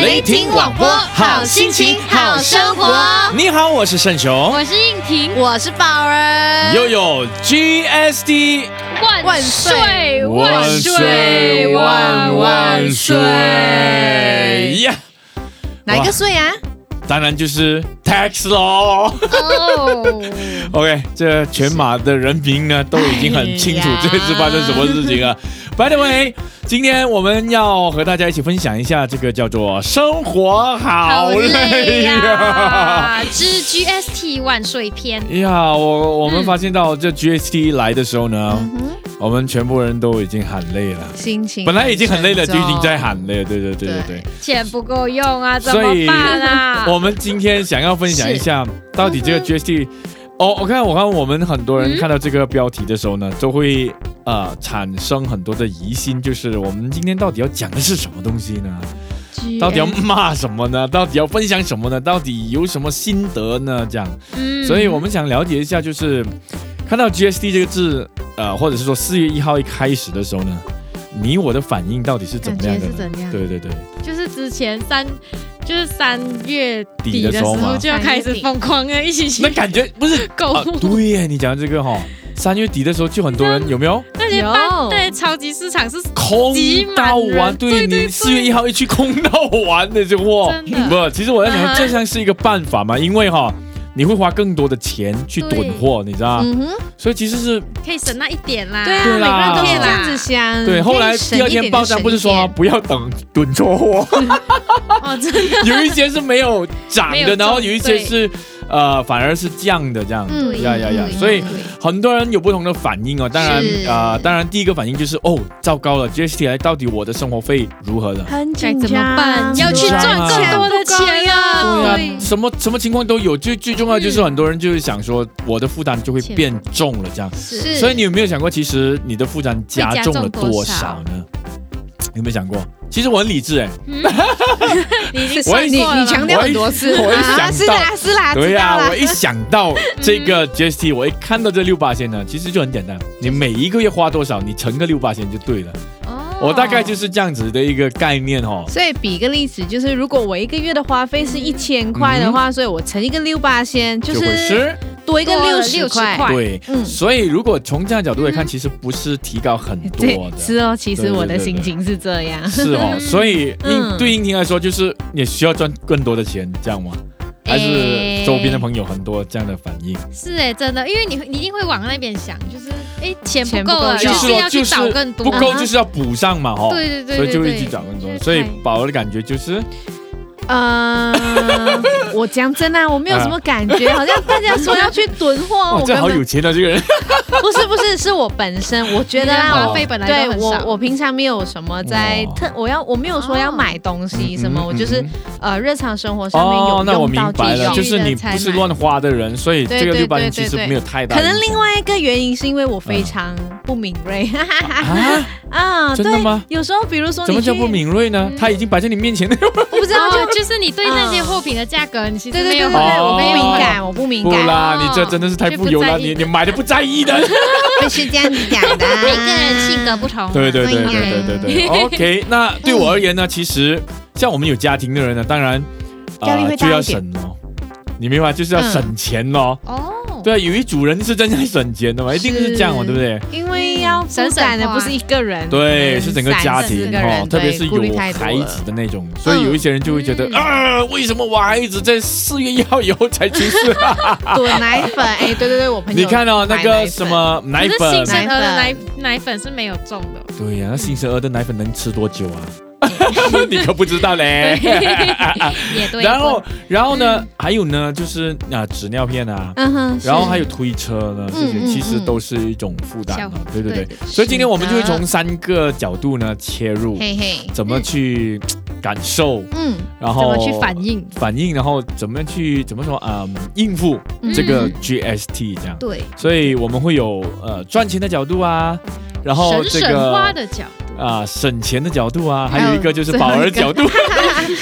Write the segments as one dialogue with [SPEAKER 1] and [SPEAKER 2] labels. [SPEAKER 1] 雷霆广播好心情好生活
[SPEAKER 2] 你好，我是盛雄。
[SPEAKER 1] 我是应婷，
[SPEAKER 3] 我是宝儿，
[SPEAKER 2] 又有 GSD，
[SPEAKER 1] 万岁
[SPEAKER 3] 万岁万万岁
[SPEAKER 2] 呀！
[SPEAKER 3] 哪一个岁啊？
[SPEAKER 2] 当然就是 tax 喽。
[SPEAKER 1] 哦！
[SPEAKER 2] OK，这全马的人民呢都已经很清楚
[SPEAKER 3] 哎呀
[SPEAKER 2] 这次发生什么事情 了。By the way，今天我们要和大家一起分享一下这个叫做“生活好累呀”。
[SPEAKER 1] 之 GST 万岁篇，
[SPEAKER 2] 哎呀，我我们发现到这 GST 来的时候呢，我们全部人嗯都已经喊累了。
[SPEAKER 3] 心情
[SPEAKER 2] 本来已经很累了，就
[SPEAKER 3] 沉
[SPEAKER 2] 已
[SPEAKER 3] 重
[SPEAKER 2] 经在。喊累了。对对对对对
[SPEAKER 3] 对。
[SPEAKER 1] 钱不够用啊，怎
[SPEAKER 2] 所
[SPEAKER 1] 么
[SPEAKER 2] 以
[SPEAKER 1] 办啊？
[SPEAKER 2] 我们今天想要分享一下，到底这个 GST，哦，我看我看我们很多人
[SPEAKER 1] 嗯
[SPEAKER 2] 看到这个标题的时候呢，都会呃产生很多的疑心，就是我们今天到底要讲的是什么东西呢？到底要骂什么呢？到底要分享什么呢？到底有什么心得呢？这样，
[SPEAKER 1] 嗯
[SPEAKER 2] 所以我们想了解一下，就是看到 GST 这个字，呃，或者是说四月一号一开始的时候呢，你我的反应到底是怎么样的呢？
[SPEAKER 3] 感觉是怎样
[SPEAKER 2] 对对对，
[SPEAKER 1] 就是之前三，就是三月
[SPEAKER 2] 底
[SPEAKER 1] 底
[SPEAKER 2] 的
[SPEAKER 1] 的
[SPEAKER 2] 时
[SPEAKER 1] 时
[SPEAKER 2] 候嘛
[SPEAKER 1] 候就要开始疯狂的一起
[SPEAKER 2] 那
[SPEAKER 1] 去
[SPEAKER 2] 感觉不是
[SPEAKER 1] 购
[SPEAKER 2] 啊，
[SPEAKER 1] 物，
[SPEAKER 2] 对耶，你讲这个哈、三月底的时候就很多人，有没有
[SPEAKER 1] 那些
[SPEAKER 3] 有
[SPEAKER 1] 大对超级市场是
[SPEAKER 2] 空
[SPEAKER 1] 挤满
[SPEAKER 2] 到
[SPEAKER 1] 人
[SPEAKER 2] 完？
[SPEAKER 1] 对对
[SPEAKER 2] 你
[SPEAKER 1] 对
[SPEAKER 2] 四月一号一去空到完的这货
[SPEAKER 1] 真的，
[SPEAKER 2] 不，其实我在
[SPEAKER 1] 嗯
[SPEAKER 2] 想，
[SPEAKER 1] 哼
[SPEAKER 2] 这像是一个办法嘛，因为哈、你会花更多的钱去囤货，你知道、
[SPEAKER 3] 嗯哼，
[SPEAKER 2] 所以其实是
[SPEAKER 1] 可以省那一点啦。
[SPEAKER 3] 对啊，
[SPEAKER 2] 对
[SPEAKER 3] 每个
[SPEAKER 2] 啦
[SPEAKER 3] 人都是
[SPEAKER 1] 对啦
[SPEAKER 3] 这样子想。
[SPEAKER 2] 对。后来第二天报章不是说吗？哦不要等囤错货，
[SPEAKER 1] 哦，真的
[SPEAKER 2] 有一些是没有涨
[SPEAKER 1] 没有
[SPEAKER 2] 的，然后
[SPEAKER 1] 中
[SPEAKER 2] 有一些
[SPEAKER 1] 对
[SPEAKER 2] 是呃反而是降的这样。
[SPEAKER 3] 嗯
[SPEAKER 2] 呀呀呀
[SPEAKER 3] 嗯
[SPEAKER 2] 所以
[SPEAKER 3] 嗯嗯
[SPEAKER 2] 很多人有不同的反应哦，当然
[SPEAKER 3] 是
[SPEAKER 2] 啊、呃当然第一个反应就是哦，糟糕了，GST 来到底我的生活费如何了？
[SPEAKER 3] 很
[SPEAKER 1] 该
[SPEAKER 3] 紧
[SPEAKER 1] 怎
[SPEAKER 3] 张
[SPEAKER 1] 么，办？要去赚更多的钱啊！
[SPEAKER 2] 对啊，什么什么情况都有，最最重要就是很多人就是想说我的负担就会变重了这样，
[SPEAKER 1] 是
[SPEAKER 3] 是
[SPEAKER 2] 所以你有没有想过，其实你的负担加重了多
[SPEAKER 1] 会加
[SPEAKER 2] 少
[SPEAKER 1] 重
[SPEAKER 2] 呢？有没有想过？其实我很理智哎，
[SPEAKER 1] 你已经
[SPEAKER 2] 我
[SPEAKER 1] 算
[SPEAKER 2] 也
[SPEAKER 3] 你
[SPEAKER 1] 过了
[SPEAKER 3] 你
[SPEAKER 1] 吧
[SPEAKER 3] 强调很多次，
[SPEAKER 2] 我一我一想
[SPEAKER 3] 啊是
[SPEAKER 2] 到
[SPEAKER 3] 啦是啦，
[SPEAKER 2] 对
[SPEAKER 3] 知
[SPEAKER 2] 呀、
[SPEAKER 3] 道啦
[SPEAKER 2] 我一想到这个
[SPEAKER 1] 嗯
[SPEAKER 2] GST，我一看到这六八千呢，其实就很简单，你每一个月花多少，你乘个六八千就对了。
[SPEAKER 1] 哦
[SPEAKER 2] 我大概就是这样子的一个概念哦。
[SPEAKER 3] 所以比个例子，就是如果我一个月的花费是一千块的话，所以我乘一个六八千，就
[SPEAKER 2] 嗯就会
[SPEAKER 3] 是
[SPEAKER 2] 是
[SPEAKER 3] 多一个
[SPEAKER 1] 多了
[SPEAKER 3] 十块
[SPEAKER 1] 60。块
[SPEAKER 2] 对，
[SPEAKER 3] 嗯
[SPEAKER 2] 所以如果从这样角度来看，其实不是提高很多
[SPEAKER 3] 对，
[SPEAKER 2] 的，
[SPEAKER 3] 是哦，其
[SPEAKER 2] 对对
[SPEAKER 3] 实我的
[SPEAKER 2] 对对
[SPEAKER 3] 心情是这样。
[SPEAKER 2] 是哦，所以应
[SPEAKER 3] 嗯
[SPEAKER 2] 对应婷来说，就是也需要赚更多的钱，这样吗？
[SPEAKER 1] 嗯
[SPEAKER 2] 还是
[SPEAKER 1] 诶
[SPEAKER 2] 周边的朋友很多这样的反应？
[SPEAKER 1] 哦是哎，真的，因为你你一定会往那边想，就是哎钱不
[SPEAKER 3] 钱不
[SPEAKER 1] 够了，
[SPEAKER 3] 够用
[SPEAKER 1] 于是
[SPEAKER 2] 哦
[SPEAKER 1] 要去找更多，
[SPEAKER 2] 不够
[SPEAKER 1] 啊
[SPEAKER 2] 就是要补上嘛，哈。
[SPEAKER 1] 对对对，
[SPEAKER 2] 所以就
[SPEAKER 1] 对
[SPEAKER 2] 会去找更多
[SPEAKER 1] 就，是
[SPEAKER 2] 所以
[SPEAKER 1] 太
[SPEAKER 2] 宝儿的感觉就是，
[SPEAKER 3] 呃， 我讲真啊，我没有什么感觉，好像大家说要去囤 货，
[SPEAKER 2] 哇，
[SPEAKER 3] 我
[SPEAKER 2] 这
[SPEAKER 3] 根
[SPEAKER 2] 好有
[SPEAKER 3] 本
[SPEAKER 2] 钱啊，这个人。
[SPEAKER 3] 不是不是，是我本身我
[SPEAKER 1] 觉
[SPEAKER 3] 觉得
[SPEAKER 1] 得
[SPEAKER 3] 啊，
[SPEAKER 2] 哦
[SPEAKER 1] 花费本来
[SPEAKER 3] 对
[SPEAKER 1] 就很
[SPEAKER 3] 我
[SPEAKER 1] 少，
[SPEAKER 3] 我平常没有什么在
[SPEAKER 2] 哦
[SPEAKER 3] 特，我要我没有说要买东西什么，
[SPEAKER 2] 嗯
[SPEAKER 3] 我就是
[SPEAKER 2] 嗯
[SPEAKER 3] 呃日常生活上面有
[SPEAKER 2] 哦
[SPEAKER 3] 用，
[SPEAKER 2] 那我明
[SPEAKER 3] 到就
[SPEAKER 2] 白了，
[SPEAKER 3] 用
[SPEAKER 2] 就
[SPEAKER 1] 必须
[SPEAKER 2] 是
[SPEAKER 1] 的
[SPEAKER 2] 你
[SPEAKER 1] 才
[SPEAKER 2] 不是
[SPEAKER 1] 买
[SPEAKER 2] 乱花的人，所以
[SPEAKER 3] 对
[SPEAKER 2] 这个
[SPEAKER 3] 对
[SPEAKER 2] 六八零
[SPEAKER 3] 对
[SPEAKER 2] 其
[SPEAKER 3] 对
[SPEAKER 2] 实
[SPEAKER 3] 对
[SPEAKER 2] 没有太大
[SPEAKER 3] 可
[SPEAKER 2] 影响。
[SPEAKER 3] 能另外一个原因是因为我非常不敏锐， 哈哈哈
[SPEAKER 2] 啊，
[SPEAKER 3] 啊，
[SPEAKER 2] 真的
[SPEAKER 3] 对，
[SPEAKER 2] 吗？
[SPEAKER 3] 有时候比如说
[SPEAKER 2] 怎
[SPEAKER 3] 你
[SPEAKER 2] 么
[SPEAKER 3] 去
[SPEAKER 2] 叫不敏锐呢？他已经摆在你面前了。
[SPEAKER 3] 我不知道就
[SPEAKER 1] 哦就是你对那些货品的价格，你其实
[SPEAKER 3] 对对
[SPEAKER 1] 没
[SPEAKER 3] 对
[SPEAKER 1] 有
[SPEAKER 3] 对
[SPEAKER 1] 很
[SPEAKER 3] 对，我不
[SPEAKER 2] 哦
[SPEAKER 3] 敏感，我不敏
[SPEAKER 2] 不
[SPEAKER 3] 感，
[SPEAKER 2] 啦，
[SPEAKER 1] 哦
[SPEAKER 2] 你这真的是太
[SPEAKER 1] 就
[SPEAKER 2] 富
[SPEAKER 1] 不
[SPEAKER 2] 有
[SPEAKER 1] 在
[SPEAKER 2] 了，
[SPEAKER 1] 意
[SPEAKER 2] 你你买的不在意的。
[SPEAKER 3] 不是这样子讲的，
[SPEAKER 1] 每个人性格不同，啊
[SPEAKER 2] 对对对
[SPEAKER 3] 不一样
[SPEAKER 2] 对对对对。OK，那对我而言呢，其实像我们有家庭的人呢，当然
[SPEAKER 3] 压力会
[SPEAKER 2] 就
[SPEAKER 3] 大
[SPEAKER 2] 要
[SPEAKER 3] 一点
[SPEAKER 2] 省哦，你明白就是要
[SPEAKER 3] 嗯
[SPEAKER 2] 省钱哦。
[SPEAKER 1] 哦，
[SPEAKER 2] 对，有一组人是真正省钱的嘛，一定是这样哦，
[SPEAKER 3] 是
[SPEAKER 2] 对不对？
[SPEAKER 3] 因为要
[SPEAKER 1] 省
[SPEAKER 3] 负
[SPEAKER 1] 省
[SPEAKER 3] 担的
[SPEAKER 1] 花
[SPEAKER 3] 不是一个人，
[SPEAKER 2] 对，
[SPEAKER 3] 嗯
[SPEAKER 2] 是整个
[SPEAKER 3] 三
[SPEAKER 2] 家
[SPEAKER 3] 四
[SPEAKER 2] 庭
[SPEAKER 3] 个
[SPEAKER 2] 哦，
[SPEAKER 3] 人
[SPEAKER 2] 特别
[SPEAKER 3] 对
[SPEAKER 2] 是
[SPEAKER 3] 顾虑
[SPEAKER 2] 有
[SPEAKER 3] 太多
[SPEAKER 2] 孩
[SPEAKER 3] 了
[SPEAKER 2] 子的那种，所以有一些人就会觉得
[SPEAKER 1] 嗯
[SPEAKER 2] 啊，为什么我孩子在四月一号以后才出 世？
[SPEAKER 3] 囤奶粉，哎，对对对，我朋友
[SPEAKER 2] 你看哦，那
[SPEAKER 3] 买奶
[SPEAKER 2] 个
[SPEAKER 3] 粉
[SPEAKER 2] 什么啊奶
[SPEAKER 1] 可是
[SPEAKER 2] 粉
[SPEAKER 1] 新，生儿的
[SPEAKER 3] 奶
[SPEAKER 1] 奶奶粉是没有中 的，
[SPEAKER 2] 对呀，那新生儿的奶粉能吃多久啊？你可不知道嘞。
[SPEAKER 1] 也对。
[SPEAKER 2] 哎然后，然后呢？还有呢，就是啊，纸尿片啊，
[SPEAKER 3] 嗯哼，
[SPEAKER 2] 然后还有推车呢，这些
[SPEAKER 3] 嗯嗯
[SPEAKER 2] 其实都是一种负担
[SPEAKER 1] 消
[SPEAKER 2] 啊
[SPEAKER 1] 耗。
[SPEAKER 2] 对对对
[SPEAKER 1] 对。
[SPEAKER 2] 所以今天我们就会
[SPEAKER 3] 是的
[SPEAKER 2] 从三个角度呢切入，
[SPEAKER 3] 嘿嗯嘿，
[SPEAKER 2] 怎么去感受，
[SPEAKER 3] 嗯，
[SPEAKER 2] 然
[SPEAKER 1] 啊怎
[SPEAKER 2] 后
[SPEAKER 1] 么去反应？
[SPEAKER 2] 反应，然后怎么样去怎么说啊应付
[SPEAKER 3] 嗯
[SPEAKER 2] 这个 GST 这样。
[SPEAKER 1] 对，
[SPEAKER 2] 所以我们会有呃赚钱的角度啊，然后
[SPEAKER 1] 省
[SPEAKER 2] 这
[SPEAKER 1] 省花
[SPEAKER 2] 个
[SPEAKER 1] 的角度，
[SPEAKER 2] 啊省钱的角度啊，还有一个就是
[SPEAKER 3] 最
[SPEAKER 2] 保
[SPEAKER 3] 后一
[SPEAKER 2] 儿
[SPEAKER 3] 个
[SPEAKER 2] 角度，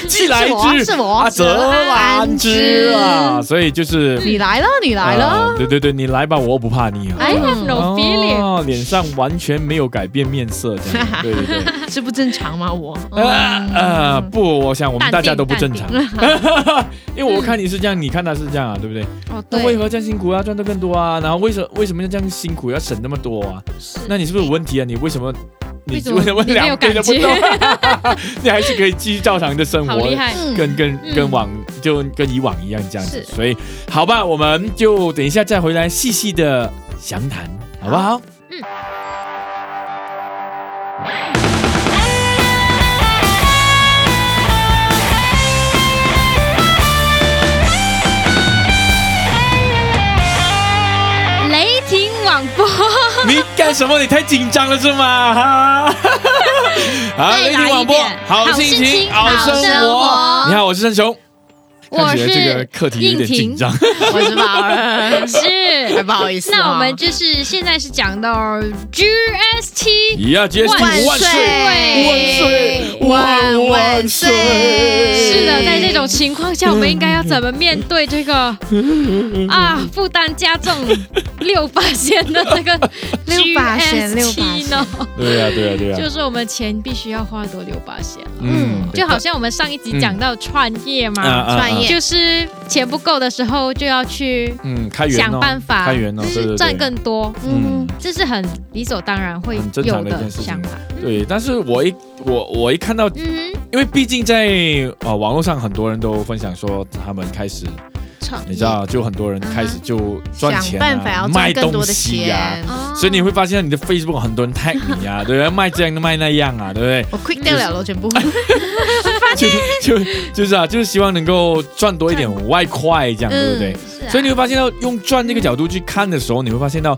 [SPEAKER 2] 既来
[SPEAKER 3] 我
[SPEAKER 2] 之
[SPEAKER 3] 是我
[SPEAKER 2] 啊则安之啊，所以就是
[SPEAKER 3] 你来了，你来了哎
[SPEAKER 2] 啊，对对对，你来吧，我不怕你啊。
[SPEAKER 1] I have no feeling。
[SPEAKER 2] 哦，脸上完全没有改变面色，这样对对对，
[SPEAKER 3] 这不正常吗？ 我
[SPEAKER 2] 呃呃，
[SPEAKER 1] 哦
[SPEAKER 2] 不，我想我们大家都不正常， 因为我看你是这样，你看他是这样啊，对不对？
[SPEAKER 1] 哦，
[SPEAKER 2] 那为
[SPEAKER 1] 嗯对，
[SPEAKER 2] 何这样辛苦要赚得更多啊？然后为什为什么要这样辛苦要省那么多啊？
[SPEAKER 1] 是
[SPEAKER 2] 那你是不是有问题啊？你为什么你
[SPEAKER 1] 为什么
[SPEAKER 2] 为什么
[SPEAKER 1] 你没有
[SPEAKER 2] 两边都不
[SPEAKER 1] 感
[SPEAKER 2] 动
[SPEAKER 1] 觉？
[SPEAKER 2] 你还是可以继续照常的生
[SPEAKER 1] 好
[SPEAKER 2] 活
[SPEAKER 1] 厉，害，
[SPEAKER 2] 跟跟
[SPEAKER 1] 嗯
[SPEAKER 2] 跟往就跟以往一样这样子。
[SPEAKER 1] 是
[SPEAKER 2] 所以好吧，我们就等一下再回来细细的详谈，好不好？
[SPEAKER 1] 嗯雷霆网播，
[SPEAKER 2] 你干什么？你太紧张了是吗？ 哈，好，
[SPEAKER 1] 再来
[SPEAKER 2] 雷霆广播
[SPEAKER 1] 一遍，
[SPEAKER 2] 好
[SPEAKER 1] 好
[SPEAKER 2] 心
[SPEAKER 1] 心
[SPEAKER 2] 情，
[SPEAKER 1] 情
[SPEAKER 2] 好
[SPEAKER 1] 好
[SPEAKER 2] 生
[SPEAKER 1] 生
[SPEAKER 2] 活
[SPEAKER 1] 活。
[SPEAKER 2] 你好，我是盛雄。
[SPEAKER 1] 我
[SPEAKER 2] 看起来这个
[SPEAKER 1] 是
[SPEAKER 2] 课题有点
[SPEAKER 1] 应
[SPEAKER 2] 紧
[SPEAKER 1] 婷
[SPEAKER 2] 张，
[SPEAKER 3] 我是宝 儿，
[SPEAKER 1] 是。
[SPEAKER 3] 不好意思啊，
[SPEAKER 1] 那我们就是现在是讲哦到 GST，
[SPEAKER 2] 一二接
[SPEAKER 1] 万
[SPEAKER 2] 万岁，
[SPEAKER 3] 万万岁
[SPEAKER 1] 是的，在这种情况下，我们应该要怎么面对这 个啊负担加重六八线的这个
[SPEAKER 3] 6%
[SPEAKER 1] 呢？
[SPEAKER 2] 对呀，对呀，对呀，
[SPEAKER 1] 就是我们钱必须要花多六八线，
[SPEAKER 2] 嗯，
[SPEAKER 1] 就好像我们上一集讲到创业
[SPEAKER 2] 啊
[SPEAKER 1] 嘛，
[SPEAKER 2] 啊啊
[SPEAKER 3] 创业
[SPEAKER 1] 就是钱不够的时候就要去
[SPEAKER 2] 嗯，开源哦
[SPEAKER 1] 想办法
[SPEAKER 2] 开源哦，对对对，
[SPEAKER 1] 赚更多，
[SPEAKER 2] 嗯
[SPEAKER 1] 嗯，这是很理所当然会
[SPEAKER 2] 很正常
[SPEAKER 1] 有
[SPEAKER 2] 的一件事情
[SPEAKER 1] 想法，
[SPEAKER 2] 对。但是我一我我一看到，
[SPEAKER 1] 嗯哼，
[SPEAKER 2] 因为毕竟在呃网络上很多人都分享说他们开始，
[SPEAKER 3] 创业
[SPEAKER 2] 你知道，
[SPEAKER 1] 嗯
[SPEAKER 2] 就很多人开始就赚钱
[SPEAKER 3] 想办法
[SPEAKER 2] 啊，
[SPEAKER 3] 要
[SPEAKER 2] 卖
[SPEAKER 3] 赚更
[SPEAKER 2] 东
[SPEAKER 3] 多的
[SPEAKER 2] 西啊呀
[SPEAKER 3] 钱。。
[SPEAKER 1] 哦
[SPEAKER 2] 所以你会发现你的 Facebook 很多人 tag 你 啊，对不对？卖这样的卖那样啊，对不对？
[SPEAKER 3] 我 quit 掉了，我全部。
[SPEAKER 2] 就就就是啊，就是希望能够赚多一点外快，这样对不对？
[SPEAKER 1] 是啊
[SPEAKER 2] 所以你会发现到，用赚这个角度去看的时候，你会发现到，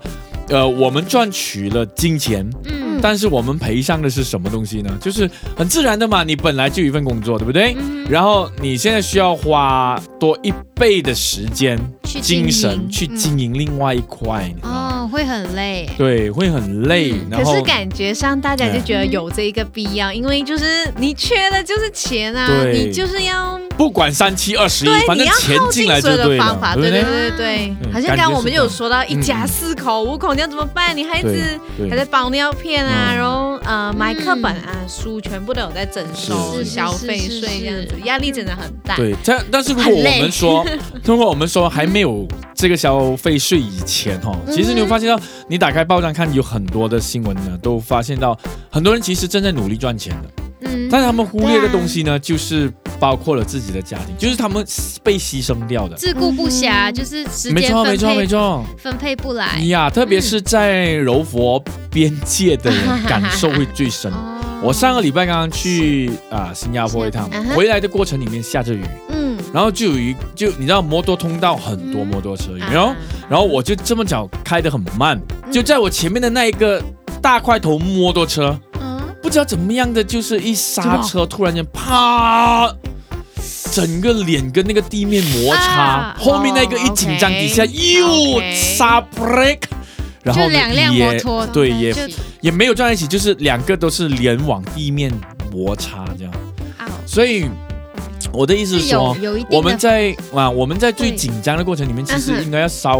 [SPEAKER 2] 呃，我们赚取了金钱，
[SPEAKER 1] 嗯
[SPEAKER 2] 但是我们赔上的是什么东西呢？就是很自然的嘛，你本来就有一份工作，对不对？
[SPEAKER 1] 嗯
[SPEAKER 2] 然后你现在需要花多一倍的时间、
[SPEAKER 1] 去经
[SPEAKER 2] 精
[SPEAKER 1] 营
[SPEAKER 2] 神去
[SPEAKER 3] 嗯
[SPEAKER 2] 经营另外一块，你知道吗？
[SPEAKER 1] 哦，会很累，
[SPEAKER 2] 对，会很累。
[SPEAKER 1] 嗯
[SPEAKER 2] 然
[SPEAKER 3] 可
[SPEAKER 2] 后
[SPEAKER 3] 是感觉上大家就觉得
[SPEAKER 1] 嗯
[SPEAKER 3] 有这一个必要，因为就是你缺的就是钱啊，
[SPEAKER 2] 对
[SPEAKER 3] 你就是要
[SPEAKER 2] 不管三七二十一
[SPEAKER 3] 对，，
[SPEAKER 2] 反
[SPEAKER 3] 你
[SPEAKER 2] 正
[SPEAKER 3] 要
[SPEAKER 2] 钱
[SPEAKER 3] 耗
[SPEAKER 2] 进
[SPEAKER 3] 尽
[SPEAKER 2] 来
[SPEAKER 3] 所
[SPEAKER 2] 就
[SPEAKER 3] 有的
[SPEAKER 2] 对
[SPEAKER 3] 方
[SPEAKER 2] 了，
[SPEAKER 3] 法，
[SPEAKER 2] 对不
[SPEAKER 3] 对
[SPEAKER 2] 对？
[SPEAKER 3] 对对对
[SPEAKER 2] 嗯
[SPEAKER 3] 好像
[SPEAKER 2] 感
[SPEAKER 3] 刚
[SPEAKER 2] 觉
[SPEAKER 3] 刚我
[SPEAKER 2] 是
[SPEAKER 3] 们
[SPEAKER 2] 这
[SPEAKER 3] 就有
[SPEAKER 2] 样
[SPEAKER 3] 说到一家
[SPEAKER 2] 嗯
[SPEAKER 3] 四口五口，你要怎么办？你孩子
[SPEAKER 2] 对
[SPEAKER 3] 还在包尿片啊，
[SPEAKER 2] 嗯
[SPEAKER 3] 然后呃买课本
[SPEAKER 1] 嗯
[SPEAKER 3] 啊、书全部都有在征
[SPEAKER 2] 是
[SPEAKER 3] 收
[SPEAKER 2] 是是
[SPEAKER 3] 消费
[SPEAKER 1] 是是
[SPEAKER 3] 税这样子
[SPEAKER 1] 是，
[SPEAKER 3] 压力真的很大。
[SPEAKER 2] 对，但但是如果
[SPEAKER 3] 很
[SPEAKER 2] 我
[SPEAKER 3] 累
[SPEAKER 2] 们说， 如果我们说还没有这个消费税以前
[SPEAKER 3] 嗯
[SPEAKER 2] 哈，其实你会发现到，你打开报章看，有很多的新闻呢，都发现到很多人其实正在努力赚钱的，
[SPEAKER 1] 嗯，
[SPEAKER 2] 但是他们忽略的东西呢，
[SPEAKER 3] 啊
[SPEAKER 2] 就是包括了自己的家庭，就是他们被牺牲掉的。
[SPEAKER 1] 自顾不暇，就是时
[SPEAKER 2] 没
[SPEAKER 1] 间
[SPEAKER 2] 错，
[SPEAKER 1] 分
[SPEAKER 2] 没错，没
[SPEAKER 1] 配
[SPEAKER 2] 错
[SPEAKER 1] 分配不来，
[SPEAKER 2] 呀！特别
[SPEAKER 3] 嗯
[SPEAKER 2] 是在柔佛边界的人，感受会最深。
[SPEAKER 1] 哦
[SPEAKER 2] 我上个礼拜刚刚去啊、新加坡一趟
[SPEAKER 3] 嗯，哼
[SPEAKER 2] 回来的过程里面下着雨，
[SPEAKER 3] 嗯，
[SPEAKER 2] 然后就有一就你知道摩托通道很多
[SPEAKER 1] 嗯
[SPEAKER 2] 摩托车，有
[SPEAKER 3] 啊
[SPEAKER 2] 没有？然后我就这么脚开得很慢，就在我前面的那一个大块头摩托车，
[SPEAKER 1] 嗯
[SPEAKER 2] 不知道怎么样的，就是一
[SPEAKER 3] 怎
[SPEAKER 2] 刹
[SPEAKER 3] 么
[SPEAKER 2] 车，突然间啪，整个脸跟那个地面摩擦
[SPEAKER 1] 啊，
[SPEAKER 2] 后面那个一紧张
[SPEAKER 3] 哦，OK
[SPEAKER 2] 底下又
[SPEAKER 3] OK
[SPEAKER 2] 刹 brake，然后
[SPEAKER 1] 就
[SPEAKER 2] 呢
[SPEAKER 1] 两辆
[SPEAKER 2] 也
[SPEAKER 1] 摩
[SPEAKER 3] 啊
[SPEAKER 1] 托
[SPEAKER 2] 对
[SPEAKER 1] 撞在
[SPEAKER 2] 也
[SPEAKER 1] 一起
[SPEAKER 2] 也没有撞在一起，就是两个都是连往地面摩擦这样，
[SPEAKER 1] 啊
[SPEAKER 2] 所以我的意思
[SPEAKER 1] 是
[SPEAKER 2] 是说
[SPEAKER 1] 有。有一定的
[SPEAKER 2] 我们在啊，我们在最
[SPEAKER 1] 对
[SPEAKER 2] 紧张的过程里面，其
[SPEAKER 3] 嗯
[SPEAKER 2] 实
[SPEAKER 3] 哼
[SPEAKER 2] 应该要稍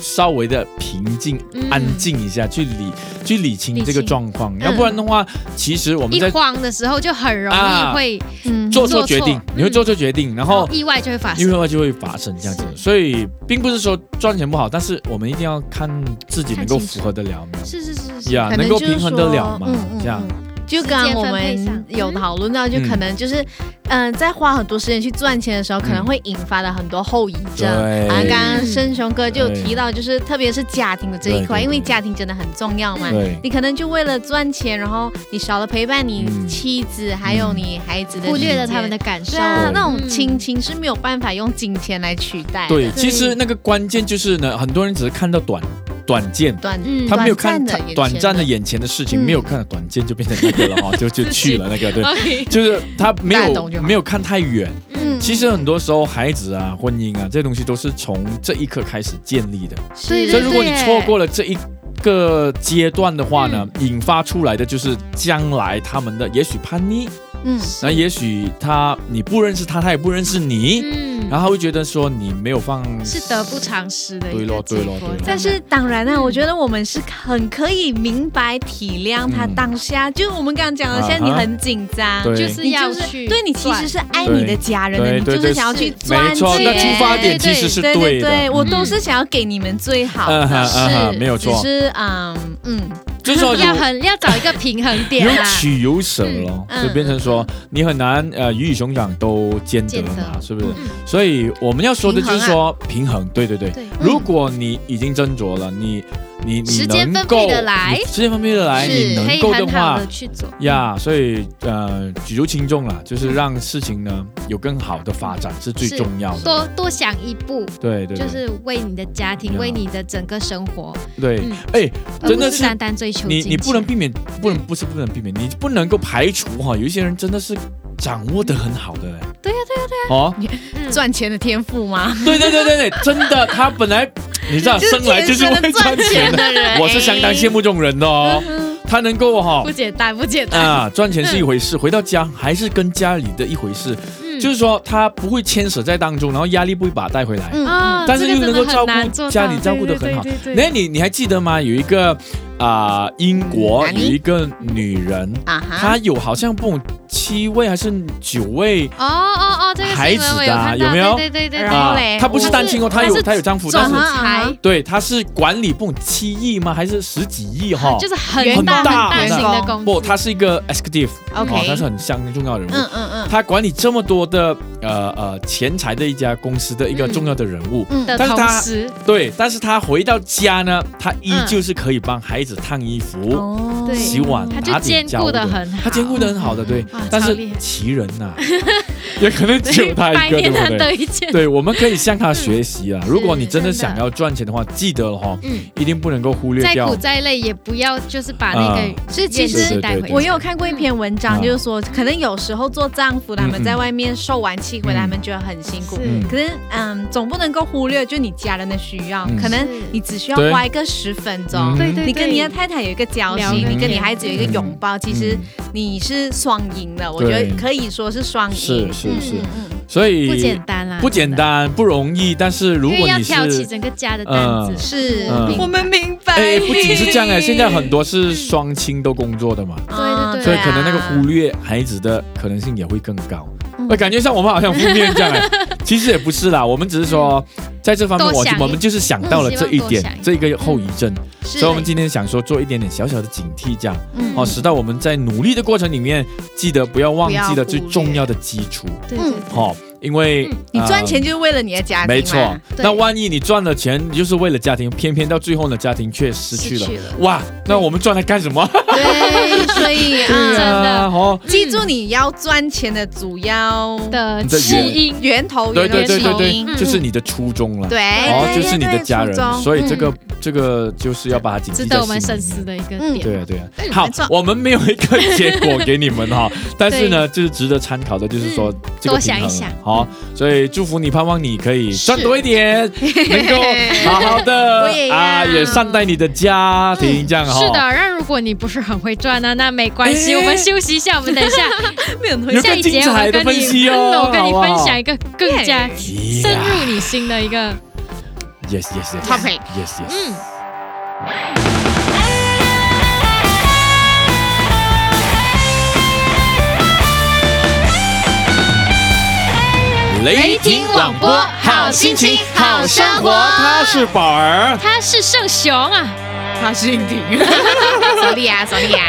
[SPEAKER 2] 稍微的平静、
[SPEAKER 1] 嗯
[SPEAKER 2] 安静一下，去理去理清
[SPEAKER 1] 理
[SPEAKER 2] 这个
[SPEAKER 1] 清嗯
[SPEAKER 2] 状况，要不然的话，其实我们
[SPEAKER 1] 一
[SPEAKER 2] 在
[SPEAKER 1] 慌的时候就很容易
[SPEAKER 2] 啊
[SPEAKER 1] 会
[SPEAKER 3] 嗯
[SPEAKER 2] 做错
[SPEAKER 1] 做
[SPEAKER 2] 决
[SPEAKER 1] 错
[SPEAKER 2] 定，你会
[SPEAKER 1] 嗯
[SPEAKER 2] 做错决定，然后
[SPEAKER 1] 意外就会发
[SPEAKER 2] 因为
[SPEAKER 1] 生，
[SPEAKER 2] 的话就会发生这样子。
[SPEAKER 1] 是
[SPEAKER 2] 所以，并不是说赚钱不好，但是我们一定要看自己
[SPEAKER 1] 看
[SPEAKER 2] 能够
[SPEAKER 1] 清楚
[SPEAKER 2] 符合得了没有
[SPEAKER 1] 是是是是，
[SPEAKER 2] 呀，
[SPEAKER 3] 可
[SPEAKER 2] 啊能
[SPEAKER 3] 能
[SPEAKER 2] 够
[SPEAKER 3] 就是
[SPEAKER 2] 平衡得了嘛
[SPEAKER 3] 说嗯嗯，
[SPEAKER 2] 这样
[SPEAKER 3] 嗯就刚刚我们
[SPEAKER 1] 嗯
[SPEAKER 3] 有讨论到，就可能就是，嗯、在花很多时间去赚钱的时候，可能会引发了很多后遗症。
[SPEAKER 2] 对
[SPEAKER 3] 啊，刚刚
[SPEAKER 1] 嗯
[SPEAKER 3] 生雄哥就有提到，就是特别是家庭的这
[SPEAKER 2] 对
[SPEAKER 3] 一块，
[SPEAKER 2] 对对
[SPEAKER 3] 因为家庭真的很重
[SPEAKER 1] 嗯
[SPEAKER 3] 要嘛。
[SPEAKER 2] 对。
[SPEAKER 3] 你可能就为了赚钱，然后你少了陪伴你
[SPEAKER 2] 嗯
[SPEAKER 3] 妻子，还有你孩子的，
[SPEAKER 1] 忽略了他们的。感受
[SPEAKER 3] 对，啊
[SPEAKER 2] 对，
[SPEAKER 3] 那种
[SPEAKER 1] 嗯
[SPEAKER 3] 亲情是没有办法用金钱来取代的。
[SPEAKER 2] 对，
[SPEAKER 1] 对
[SPEAKER 2] 其实那个关键就是呢，很多人只是看到短短见，
[SPEAKER 3] 短
[SPEAKER 1] 嗯
[SPEAKER 2] 他没有看
[SPEAKER 3] 短暂的
[SPEAKER 2] 他
[SPEAKER 3] 眼
[SPEAKER 2] 短
[SPEAKER 3] 前
[SPEAKER 2] 暂的
[SPEAKER 3] 的
[SPEAKER 2] 眼前的事情，
[SPEAKER 3] 嗯
[SPEAKER 2] 没有看到短见就变成那个 了哈，就就去了那个对。
[SPEAKER 1] OK，
[SPEAKER 2] 就是他没
[SPEAKER 3] 大家
[SPEAKER 2] 有
[SPEAKER 3] 懂就好
[SPEAKER 2] 没有看太远，
[SPEAKER 1] 嗯，
[SPEAKER 2] 其实很多时候孩子啊、婚姻啊这些东西都是从这一刻开始建立的，
[SPEAKER 1] 对
[SPEAKER 2] 所
[SPEAKER 1] 对
[SPEAKER 2] 以如果你
[SPEAKER 1] 对
[SPEAKER 2] 错过了这一个阶段的话呢，
[SPEAKER 3] 嗯
[SPEAKER 2] 引发出来的就是将来他们的也许叛逆，
[SPEAKER 3] 嗯
[SPEAKER 2] 那也许他你不认识他，他也不认识你，
[SPEAKER 1] 嗯，
[SPEAKER 2] 然后他会觉得说你没有放
[SPEAKER 1] 是得不偿失的一
[SPEAKER 2] 对
[SPEAKER 1] 个
[SPEAKER 2] 咯
[SPEAKER 1] 结
[SPEAKER 2] 对咯
[SPEAKER 1] 果
[SPEAKER 2] 对咯。
[SPEAKER 3] 但是当然啊，
[SPEAKER 1] 嗯
[SPEAKER 3] 我觉得我们是很可以明白体谅他
[SPEAKER 2] 嗯
[SPEAKER 3] 当下，就是我们刚刚讲的，
[SPEAKER 2] 啊哈
[SPEAKER 3] 现在你很紧张，
[SPEAKER 2] 对
[SPEAKER 1] 就是
[SPEAKER 3] 你就
[SPEAKER 1] 要
[SPEAKER 3] 是
[SPEAKER 1] 去，
[SPEAKER 3] 对你其实是爱你的家人的，
[SPEAKER 2] 对
[SPEAKER 3] 你
[SPEAKER 2] 对
[SPEAKER 3] 就是
[SPEAKER 2] 对
[SPEAKER 3] 想要
[SPEAKER 1] 是
[SPEAKER 3] 去
[SPEAKER 2] 没
[SPEAKER 3] 赚
[SPEAKER 2] 错，
[SPEAKER 3] 钱，
[SPEAKER 2] 那出发点
[SPEAKER 1] 对
[SPEAKER 2] 其实是
[SPEAKER 3] 对
[SPEAKER 2] 对的，
[SPEAKER 3] 对，我都
[SPEAKER 2] 嗯
[SPEAKER 3] 是想要给你们最好
[SPEAKER 2] 嗯哼
[SPEAKER 3] 的，
[SPEAKER 2] 嗯哼
[SPEAKER 3] 是
[SPEAKER 2] 没有错
[SPEAKER 3] 只是嗯嗯，
[SPEAKER 2] 就是说
[SPEAKER 1] 要
[SPEAKER 2] 有
[SPEAKER 1] 很要找一个平衡点
[SPEAKER 2] 有
[SPEAKER 1] 啦。
[SPEAKER 2] 取有舍咯，
[SPEAKER 3] 嗯
[SPEAKER 2] 就变成说你很难呃鱼与熊掌都兼得
[SPEAKER 1] 兼
[SPEAKER 2] 嘛，
[SPEAKER 1] 得
[SPEAKER 2] 是不是
[SPEAKER 1] 嗯？啊
[SPEAKER 2] 所以我们要说的就是
[SPEAKER 3] 平衡
[SPEAKER 2] 说平衡，对对对。
[SPEAKER 1] 对，
[SPEAKER 2] 如果你已经斟酌了，你你你
[SPEAKER 1] 时间
[SPEAKER 2] 能
[SPEAKER 1] 分配
[SPEAKER 2] 够
[SPEAKER 1] 得来
[SPEAKER 2] 你时间分配得来，
[SPEAKER 1] 是
[SPEAKER 2] 你
[SPEAKER 1] 可
[SPEAKER 2] 能
[SPEAKER 1] 以
[SPEAKER 2] 够的
[SPEAKER 1] 很好
[SPEAKER 2] 话
[SPEAKER 1] 的去做。
[SPEAKER 2] 呀，所以呃举足轻重啦，就是让事情呢有更好的发展是最
[SPEAKER 1] 是
[SPEAKER 2] 重要的。
[SPEAKER 1] 多多想一步，
[SPEAKER 2] 对对
[SPEAKER 1] 就
[SPEAKER 2] 对
[SPEAKER 1] 是为你的家庭，
[SPEAKER 2] 呀
[SPEAKER 1] 为你的整个生活，
[SPEAKER 2] 对
[SPEAKER 1] 嗯，
[SPEAKER 2] 哎，
[SPEAKER 1] 而
[SPEAKER 2] 真
[SPEAKER 1] 不
[SPEAKER 2] 的
[SPEAKER 1] 是
[SPEAKER 2] 是
[SPEAKER 1] 单单追求
[SPEAKER 2] 你
[SPEAKER 1] 金
[SPEAKER 2] 你不能
[SPEAKER 1] 钱
[SPEAKER 2] 避免，不能不是不能避免，你不能够排除哈、有一些人真的是掌握的很好的嘞。
[SPEAKER 1] 对
[SPEAKER 2] 呀、对呀、对呀、哦，
[SPEAKER 1] 嗯
[SPEAKER 3] 赚钱的天赋吗？
[SPEAKER 2] 对对对对对，真的，他本来你知道
[SPEAKER 3] 就是
[SPEAKER 2] 生来就是
[SPEAKER 3] 天
[SPEAKER 2] 会
[SPEAKER 3] 生的
[SPEAKER 2] 赚
[SPEAKER 3] 赚
[SPEAKER 2] 钱
[SPEAKER 3] 钱
[SPEAKER 2] 的，
[SPEAKER 3] 的 人，
[SPEAKER 2] 我是相当羡慕这种人的哦，他能够哈、
[SPEAKER 1] 不简单，不简单。
[SPEAKER 2] 啊，赚钱是一回事，回到家还是跟家里的一回事，
[SPEAKER 1] 嗯
[SPEAKER 2] 就是说他不会牵扯在当中，然后压力不会把他带回来。
[SPEAKER 3] 嗯
[SPEAKER 1] 啊，
[SPEAKER 2] 但是
[SPEAKER 1] 这个
[SPEAKER 2] 又
[SPEAKER 1] 真的
[SPEAKER 2] 能够
[SPEAKER 1] 很
[SPEAKER 2] 照顾
[SPEAKER 1] 难做
[SPEAKER 2] 家
[SPEAKER 1] 到
[SPEAKER 2] 里照顾得很好
[SPEAKER 1] 对对对对
[SPEAKER 2] 那你你还记得吗？有一个啊、英国
[SPEAKER 3] 哪
[SPEAKER 2] 有
[SPEAKER 3] 里
[SPEAKER 2] 一个女人，
[SPEAKER 3] 啊哈，
[SPEAKER 2] 他有好像不懂七位还是九位
[SPEAKER 1] 哦哦哦，这个
[SPEAKER 2] 孩
[SPEAKER 1] 新闻
[SPEAKER 2] 子
[SPEAKER 1] 我有
[SPEAKER 2] 的啊
[SPEAKER 1] 看
[SPEAKER 2] 有
[SPEAKER 1] 到，
[SPEAKER 2] 没有
[SPEAKER 1] 对对对对
[SPEAKER 3] 然后
[SPEAKER 2] 啊
[SPEAKER 3] 嘞，
[SPEAKER 2] 他不是
[SPEAKER 1] 我
[SPEAKER 2] 单亲哦，
[SPEAKER 1] 是
[SPEAKER 2] 他
[SPEAKER 1] 他
[SPEAKER 2] 有
[SPEAKER 1] 是
[SPEAKER 2] 他有丈夫，
[SPEAKER 1] 总
[SPEAKER 2] 但是
[SPEAKER 1] 和
[SPEAKER 3] 啊
[SPEAKER 1] 财
[SPEAKER 2] 对他是管理不懂七亿吗？还是十几亿哈？
[SPEAKER 1] 就是很
[SPEAKER 2] 很
[SPEAKER 1] 大大
[SPEAKER 2] 大很
[SPEAKER 1] 型
[SPEAKER 3] 大
[SPEAKER 1] 的公司，
[SPEAKER 2] 不，他是一个 executive 哦，他
[SPEAKER 3] OK，
[SPEAKER 2] 是很相当重要的人
[SPEAKER 3] 嗯
[SPEAKER 2] 物。
[SPEAKER 3] 嗯嗯
[SPEAKER 2] 他管理这么多的呃呃钱财的一家公司的一个
[SPEAKER 1] 嗯
[SPEAKER 2] 重要的人物，
[SPEAKER 3] 嗯
[SPEAKER 1] 的
[SPEAKER 2] 但是
[SPEAKER 1] 同
[SPEAKER 2] 他
[SPEAKER 1] 时，
[SPEAKER 2] 对，但是他回到家呢，他依旧是可以帮孩子烫衣服、
[SPEAKER 3] 哦
[SPEAKER 1] 对
[SPEAKER 2] 洗碗、
[SPEAKER 1] 嗯他
[SPEAKER 2] 打
[SPEAKER 1] 就兼
[SPEAKER 2] 点家
[SPEAKER 1] 顾
[SPEAKER 2] 务的
[SPEAKER 1] 的，很好，
[SPEAKER 2] 他兼顾的很好的，对
[SPEAKER 1] 哇。
[SPEAKER 2] 但
[SPEAKER 1] 超
[SPEAKER 2] 是
[SPEAKER 1] 厉害
[SPEAKER 2] 奇人 呐，也可能 只有他
[SPEAKER 1] 百
[SPEAKER 2] 一 个，对
[SPEAKER 1] 年
[SPEAKER 2] 不
[SPEAKER 1] 难
[SPEAKER 2] 对？
[SPEAKER 1] 得一见。
[SPEAKER 2] 对，我们可以向他学习啊。如果你真的
[SPEAKER 1] 嗯真的
[SPEAKER 2] 想要赚钱的话，记得了哈，
[SPEAKER 1] 嗯，
[SPEAKER 2] 一定不能够忽略
[SPEAKER 1] 再
[SPEAKER 2] 掉
[SPEAKER 1] 苦。再累也不要就是把那
[SPEAKER 2] 啊
[SPEAKER 1] 个
[SPEAKER 3] 所以
[SPEAKER 1] 其
[SPEAKER 3] 其实
[SPEAKER 1] 实带回
[SPEAKER 2] 对对
[SPEAKER 1] 去。
[SPEAKER 3] 我有看过一篇文章，
[SPEAKER 2] 嗯
[SPEAKER 3] 就是说，可能有时候做丈夫的他
[SPEAKER 2] 嗯嗯
[SPEAKER 3] 们在外面受完气回来，
[SPEAKER 2] 嗯
[SPEAKER 3] 他们觉得很辛苦。
[SPEAKER 1] 是
[SPEAKER 3] 可是，嗯，总不能够忽略就你家人的需要
[SPEAKER 2] 嗯，
[SPEAKER 3] 可能
[SPEAKER 1] 是
[SPEAKER 3] 你只需要
[SPEAKER 2] 对
[SPEAKER 3] 花一个十分
[SPEAKER 2] 嗯
[SPEAKER 3] 钟。
[SPEAKER 1] 对对，
[SPEAKER 3] 你跟
[SPEAKER 1] 对
[SPEAKER 3] 你的太太有一个交
[SPEAKER 1] 聊
[SPEAKER 3] 心，
[SPEAKER 2] 个
[SPEAKER 3] 你跟你
[SPEAKER 1] 天
[SPEAKER 3] 孩子有一个拥抱，其实
[SPEAKER 2] 嗯
[SPEAKER 3] 你是双赢的，我觉
[SPEAKER 2] 对
[SPEAKER 3] 得可以说是双
[SPEAKER 2] 是
[SPEAKER 3] 赢。
[SPEAKER 2] 是
[SPEAKER 3] 嗯
[SPEAKER 2] 是
[SPEAKER 3] 嗯嗯
[SPEAKER 2] 所
[SPEAKER 1] 不简
[SPEAKER 2] 以
[SPEAKER 1] 单啦，
[SPEAKER 2] 不简
[SPEAKER 1] 真的，
[SPEAKER 2] 单不容易，但是如
[SPEAKER 1] 因为
[SPEAKER 2] 果
[SPEAKER 1] 要
[SPEAKER 2] 你
[SPEAKER 1] 挑起
[SPEAKER 2] 是
[SPEAKER 1] 整个家的担
[SPEAKER 2] 嗯
[SPEAKER 1] 子，
[SPEAKER 3] 是
[SPEAKER 1] 我明
[SPEAKER 2] 嗯
[SPEAKER 1] 白
[SPEAKER 3] 们明白
[SPEAKER 2] 哎，不仅是这 样哎，现在很多是
[SPEAKER 1] 嗯
[SPEAKER 2] 双亲都工作的嘛，
[SPEAKER 3] 啊
[SPEAKER 1] 对对对
[SPEAKER 2] 所
[SPEAKER 1] 对
[SPEAKER 2] 以可能那个
[SPEAKER 3] 啊
[SPEAKER 2] 忽略孩子的可能性也会更高。哎
[SPEAKER 3] 嗯
[SPEAKER 2] 那感觉上我们好像负面这 样哎，其实也不是啦，我们只是说在这方面，
[SPEAKER 1] 嗯多
[SPEAKER 2] 我
[SPEAKER 1] 想一
[SPEAKER 2] 我们就是想到了这
[SPEAKER 1] 嗯希
[SPEAKER 2] 一
[SPEAKER 1] 望多
[SPEAKER 2] 点
[SPEAKER 1] 想，一嗯
[SPEAKER 2] 这一个后遗症，
[SPEAKER 3] 是
[SPEAKER 2] 所以我们今天想说做一点点小小的警惕这样。
[SPEAKER 3] 嗯
[SPEAKER 2] 哦，使到我们在努力的过程里面，记得不要忘记了最重要的基础，
[SPEAKER 1] 对对
[SPEAKER 3] 嗯
[SPEAKER 1] 对
[SPEAKER 2] 哦，因为、
[SPEAKER 1] 嗯
[SPEAKER 3] 你
[SPEAKER 2] 呃
[SPEAKER 3] 赚钱就是为了你的家庭嘛，
[SPEAKER 2] 没错，
[SPEAKER 1] 对
[SPEAKER 2] 那万一你赚了钱，你就是为了家庭，偏偏到最后呢，家庭却失去
[SPEAKER 1] 失
[SPEAKER 2] 了。
[SPEAKER 1] 去了，
[SPEAKER 2] 哇，那我们赚来干什么？
[SPEAKER 3] 对，所以
[SPEAKER 1] 真
[SPEAKER 3] 啊，
[SPEAKER 1] 的
[SPEAKER 2] 哦，
[SPEAKER 3] 记住你要赚钱的主要
[SPEAKER 1] 的
[SPEAKER 2] 这
[SPEAKER 1] 起
[SPEAKER 2] 原
[SPEAKER 1] 因，
[SPEAKER 3] 源头，
[SPEAKER 2] 对对
[SPEAKER 3] 源
[SPEAKER 2] 对对
[SPEAKER 3] 头
[SPEAKER 2] 对，
[SPEAKER 1] 嗯
[SPEAKER 2] 就是你的初衷了，
[SPEAKER 3] 对，哎
[SPEAKER 2] 哦，
[SPEAKER 3] 对
[SPEAKER 2] 就是你的家人，所以这个、这个就是要把它谨记
[SPEAKER 1] 值
[SPEAKER 2] 在心
[SPEAKER 1] 得
[SPEAKER 2] 里
[SPEAKER 1] 我们深
[SPEAKER 2] 面
[SPEAKER 1] 思的一个
[SPEAKER 3] 嗯
[SPEAKER 1] 点。
[SPEAKER 2] 对啊，对啊，好
[SPEAKER 3] 没错，
[SPEAKER 2] 我们没有一个结果给你们 哈，但是呢，就是值得参考的，就是说
[SPEAKER 1] 嗯
[SPEAKER 2] 这个
[SPEAKER 1] 多想
[SPEAKER 2] 平衡
[SPEAKER 1] 一想
[SPEAKER 2] 好，所以祝福你，盼望你可以
[SPEAKER 1] 是
[SPEAKER 2] 赚多一点，能够好好
[SPEAKER 3] 我
[SPEAKER 2] 的
[SPEAKER 3] 也要
[SPEAKER 2] 啊，也善待你的家庭，这样哦哈。
[SPEAKER 1] 是的，，那如果你不是很会赚呢，那没关系，
[SPEAKER 2] 哎
[SPEAKER 1] 我们休息一下，我们等 一下
[SPEAKER 3] 没有
[SPEAKER 2] 有
[SPEAKER 1] 下
[SPEAKER 2] 更
[SPEAKER 1] 一
[SPEAKER 2] 精
[SPEAKER 1] 节我
[SPEAKER 2] 彩
[SPEAKER 1] 会
[SPEAKER 2] 的
[SPEAKER 1] 跟
[SPEAKER 2] 分
[SPEAKER 1] 你
[SPEAKER 2] 析哦，
[SPEAKER 1] 我跟你
[SPEAKER 2] 好不好
[SPEAKER 1] 分享一个更加深
[SPEAKER 2] Yeah
[SPEAKER 1] 入你心的一个
[SPEAKER 2] Yes, yes, yes.
[SPEAKER 3] Topic
[SPEAKER 2] Yes, yes.
[SPEAKER 1] 嗯。
[SPEAKER 2] 雷
[SPEAKER 1] 霆广播好心情好生活
[SPEAKER 2] 他是宝儿，
[SPEAKER 1] 他是圣雄啊，
[SPEAKER 3] 他是硬挺， 手里啊手里啊，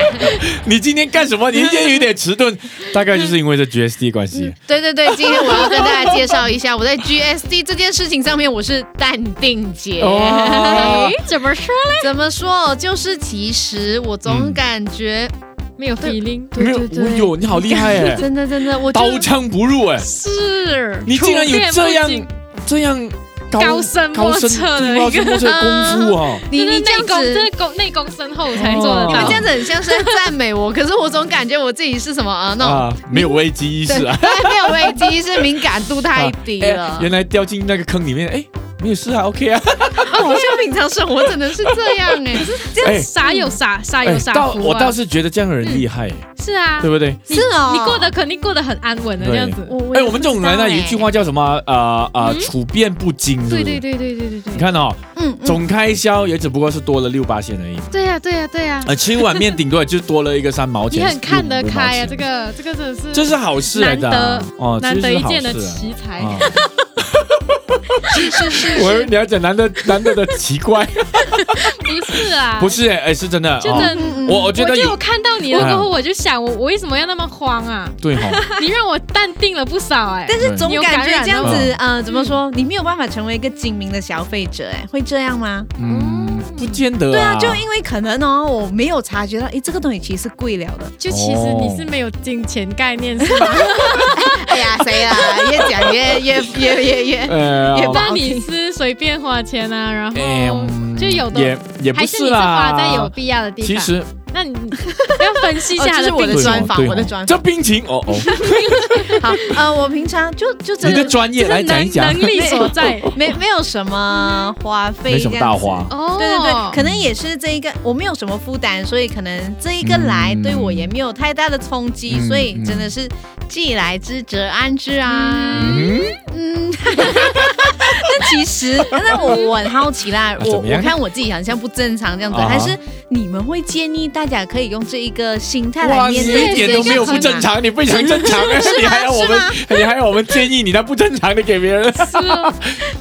[SPEAKER 2] 你今天干什么？你今天有点迟 钝，大概就是因为这 GSD 关系。
[SPEAKER 3] 对对对，今天我要跟大家介绍一下，我在 GSD 这件事情上面我是淡定姐。
[SPEAKER 2] 哦
[SPEAKER 1] 哎，怎么说
[SPEAKER 3] 怎么说？哦就是其实我
[SPEAKER 2] 嗯
[SPEAKER 3] 总感觉，
[SPEAKER 1] 没有 feeling？
[SPEAKER 2] 没有，哎呦，你好厉害哎，
[SPEAKER 3] 真的真的，我就
[SPEAKER 2] 刀枪不入哎，
[SPEAKER 1] 是，
[SPEAKER 2] 你竟然有这
[SPEAKER 1] 处变
[SPEAKER 2] 样
[SPEAKER 1] 不惊
[SPEAKER 2] 这样
[SPEAKER 1] 高深
[SPEAKER 2] 高
[SPEAKER 1] 莫
[SPEAKER 2] 深
[SPEAKER 1] 测的
[SPEAKER 2] 对高
[SPEAKER 1] 一
[SPEAKER 2] 深
[SPEAKER 1] 个，
[SPEAKER 2] 莫
[SPEAKER 1] 嗯
[SPEAKER 2] 测的功夫哦。
[SPEAKER 3] 你
[SPEAKER 1] 就是
[SPEAKER 3] 你这
[SPEAKER 1] 内
[SPEAKER 3] 样
[SPEAKER 1] 功，这
[SPEAKER 3] 子，
[SPEAKER 1] 是功内功深厚才做得
[SPEAKER 2] 哦
[SPEAKER 1] 到。
[SPEAKER 3] 你们这样子很像是在赞美我，可是我总感觉我自己是什么啊？那种
[SPEAKER 2] 啊，没有危机意识啊！
[SPEAKER 3] 没有危机，是敏感度太低
[SPEAKER 2] 哎
[SPEAKER 3] 了。
[SPEAKER 2] 原来掉进那个坑里面，哎，没有事啊，OK 啊，
[SPEAKER 3] 哦，不像平常生活真的是这样哎、
[SPEAKER 1] 这
[SPEAKER 2] 哎
[SPEAKER 1] 样傻有傻，傻有傻
[SPEAKER 2] 倒
[SPEAKER 1] 福啊！
[SPEAKER 2] 哎我倒是觉得这样的人厉害，
[SPEAKER 1] 是啊，
[SPEAKER 2] 对不对？
[SPEAKER 1] 你
[SPEAKER 3] 是哦
[SPEAKER 1] 你过得肯定过得很安稳的
[SPEAKER 2] 对
[SPEAKER 1] 这样子。
[SPEAKER 3] 我
[SPEAKER 2] 哎，我们这种人呢，有一句话叫什么？啊啊，
[SPEAKER 1] 欸嗯
[SPEAKER 2] 处变不惊，是不
[SPEAKER 1] 对对。
[SPEAKER 2] 是
[SPEAKER 1] 对对对对
[SPEAKER 2] 你
[SPEAKER 1] 对，
[SPEAKER 2] 看哦，
[SPEAKER 3] 嗯嗯，
[SPEAKER 2] 总开销也只不过是多了六八 线而已，
[SPEAKER 1] 对呀对呀对呀，
[SPEAKER 2] 呃，吃一碗面顶多也就多了一个三毛
[SPEAKER 1] 你
[SPEAKER 2] 钱。
[SPEAKER 1] 很看得
[SPEAKER 2] 15
[SPEAKER 1] 开啊，
[SPEAKER 2] 毛
[SPEAKER 1] 这
[SPEAKER 2] 钱
[SPEAKER 1] 个这个真的是
[SPEAKER 2] 这是好事来的啊
[SPEAKER 1] 难
[SPEAKER 2] 哦，
[SPEAKER 1] 难得一见的
[SPEAKER 2] 这是好事
[SPEAKER 1] 奇才。
[SPEAKER 2] 啊。啊
[SPEAKER 3] 是是 是
[SPEAKER 2] 我以为你要讲难得难得的奇 怪，
[SPEAKER 1] 不是啊，
[SPEAKER 2] 不，是哎，哎是真的
[SPEAKER 1] 真
[SPEAKER 2] 哦。
[SPEAKER 1] 的。
[SPEAKER 3] 嗯
[SPEAKER 2] 我我觉
[SPEAKER 1] 我
[SPEAKER 2] 得
[SPEAKER 1] 就
[SPEAKER 2] 有嗯
[SPEAKER 1] 有看到你了过后，我就想，我我为什么要那么慌 啊？
[SPEAKER 2] 对哈，
[SPEAKER 1] 你让我淡定了不少哎。
[SPEAKER 3] 但是总
[SPEAKER 1] 有
[SPEAKER 3] 感
[SPEAKER 1] 感
[SPEAKER 3] 觉
[SPEAKER 1] 染
[SPEAKER 3] 这样
[SPEAKER 2] 哦
[SPEAKER 3] 子，呃，怎么说？你没有办法成为一个精明的消费者，哎，会这样吗？
[SPEAKER 2] 嗯，不见得
[SPEAKER 3] 对啊，就因为可能哦，我没有察觉到，诶，这个东西其实是贵了的。
[SPEAKER 1] 就其实
[SPEAKER 2] 哦
[SPEAKER 1] 你是没有金钱概 念是吗？
[SPEAKER 3] 哎呀，谁啦？越讲 越越越越越，
[SPEAKER 2] 呃
[SPEAKER 3] 也
[SPEAKER 2] 哦
[SPEAKER 3] 不
[SPEAKER 1] 那你是随便花钱啊，然
[SPEAKER 2] 哎
[SPEAKER 1] 后
[SPEAKER 2] 嗯
[SPEAKER 1] 就有的
[SPEAKER 2] 也也不
[SPEAKER 1] 还是你
[SPEAKER 2] 是
[SPEAKER 1] 是
[SPEAKER 2] 啦，
[SPEAKER 1] 花在有必要的地方。
[SPEAKER 2] 其，实
[SPEAKER 1] 那你 要分析一下
[SPEAKER 3] 哦这是
[SPEAKER 1] 他
[SPEAKER 3] 我的
[SPEAKER 1] 病
[SPEAKER 2] 对
[SPEAKER 1] 情
[SPEAKER 3] 专
[SPEAKER 2] 哦
[SPEAKER 3] 访
[SPEAKER 2] 对哦
[SPEAKER 3] 我的专访
[SPEAKER 2] 这病情哦 哦，
[SPEAKER 3] 好，呃，我平常就就真
[SPEAKER 2] 你的
[SPEAKER 3] 的
[SPEAKER 2] 专业来讲一讲
[SPEAKER 1] 能，能力所 在。
[SPEAKER 3] 没没有什么花费，
[SPEAKER 2] 没什么大。花，
[SPEAKER 1] 哦，
[SPEAKER 3] 对对对，可能也是这一个我没有什么负担，所以可能这一个来
[SPEAKER 2] 嗯
[SPEAKER 3] 对我也没有太大的冲击，
[SPEAKER 2] 嗯
[SPEAKER 3] 所以真的是既来之则安之啊。
[SPEAKER 2] 嗯，
[SPEAKER 3] 嗯，那 其实，那我我很好 奇啦，
[SPEAKER 2] 啊怎
[SPEAKER 3] 我
[SPEAKER 2] 么样
[SPEAKER 3] 我看我自己好像不正常这样子，
[SPEAKER 2] 啊哈
[SPEAKER 3] 还是你们会建议大家可以用这一个心态来
[SPEAKER 2] 哇，你
[SPEAKER 3] 面
[SPEAKER 2] 一
[SPEAKER 3] 对
[SPEAKER 2] 点
[SPEAKER 3] 这
[SPEAKER 2] 都
[SPEAKER 3] 件
[SPEAKER 2] 没有
[SPEAKER 3] 事
[SPEAKER 2] 不
[SPEAKER 3] 情
[SPEAKER 2] 正
[SPEAKER 3] 啊？
[SPEAKER 2] 常，你非常正 常，你还要我们，你还要我们建议你那不正常的给别人，
[SPEAKER 1] 是 哦，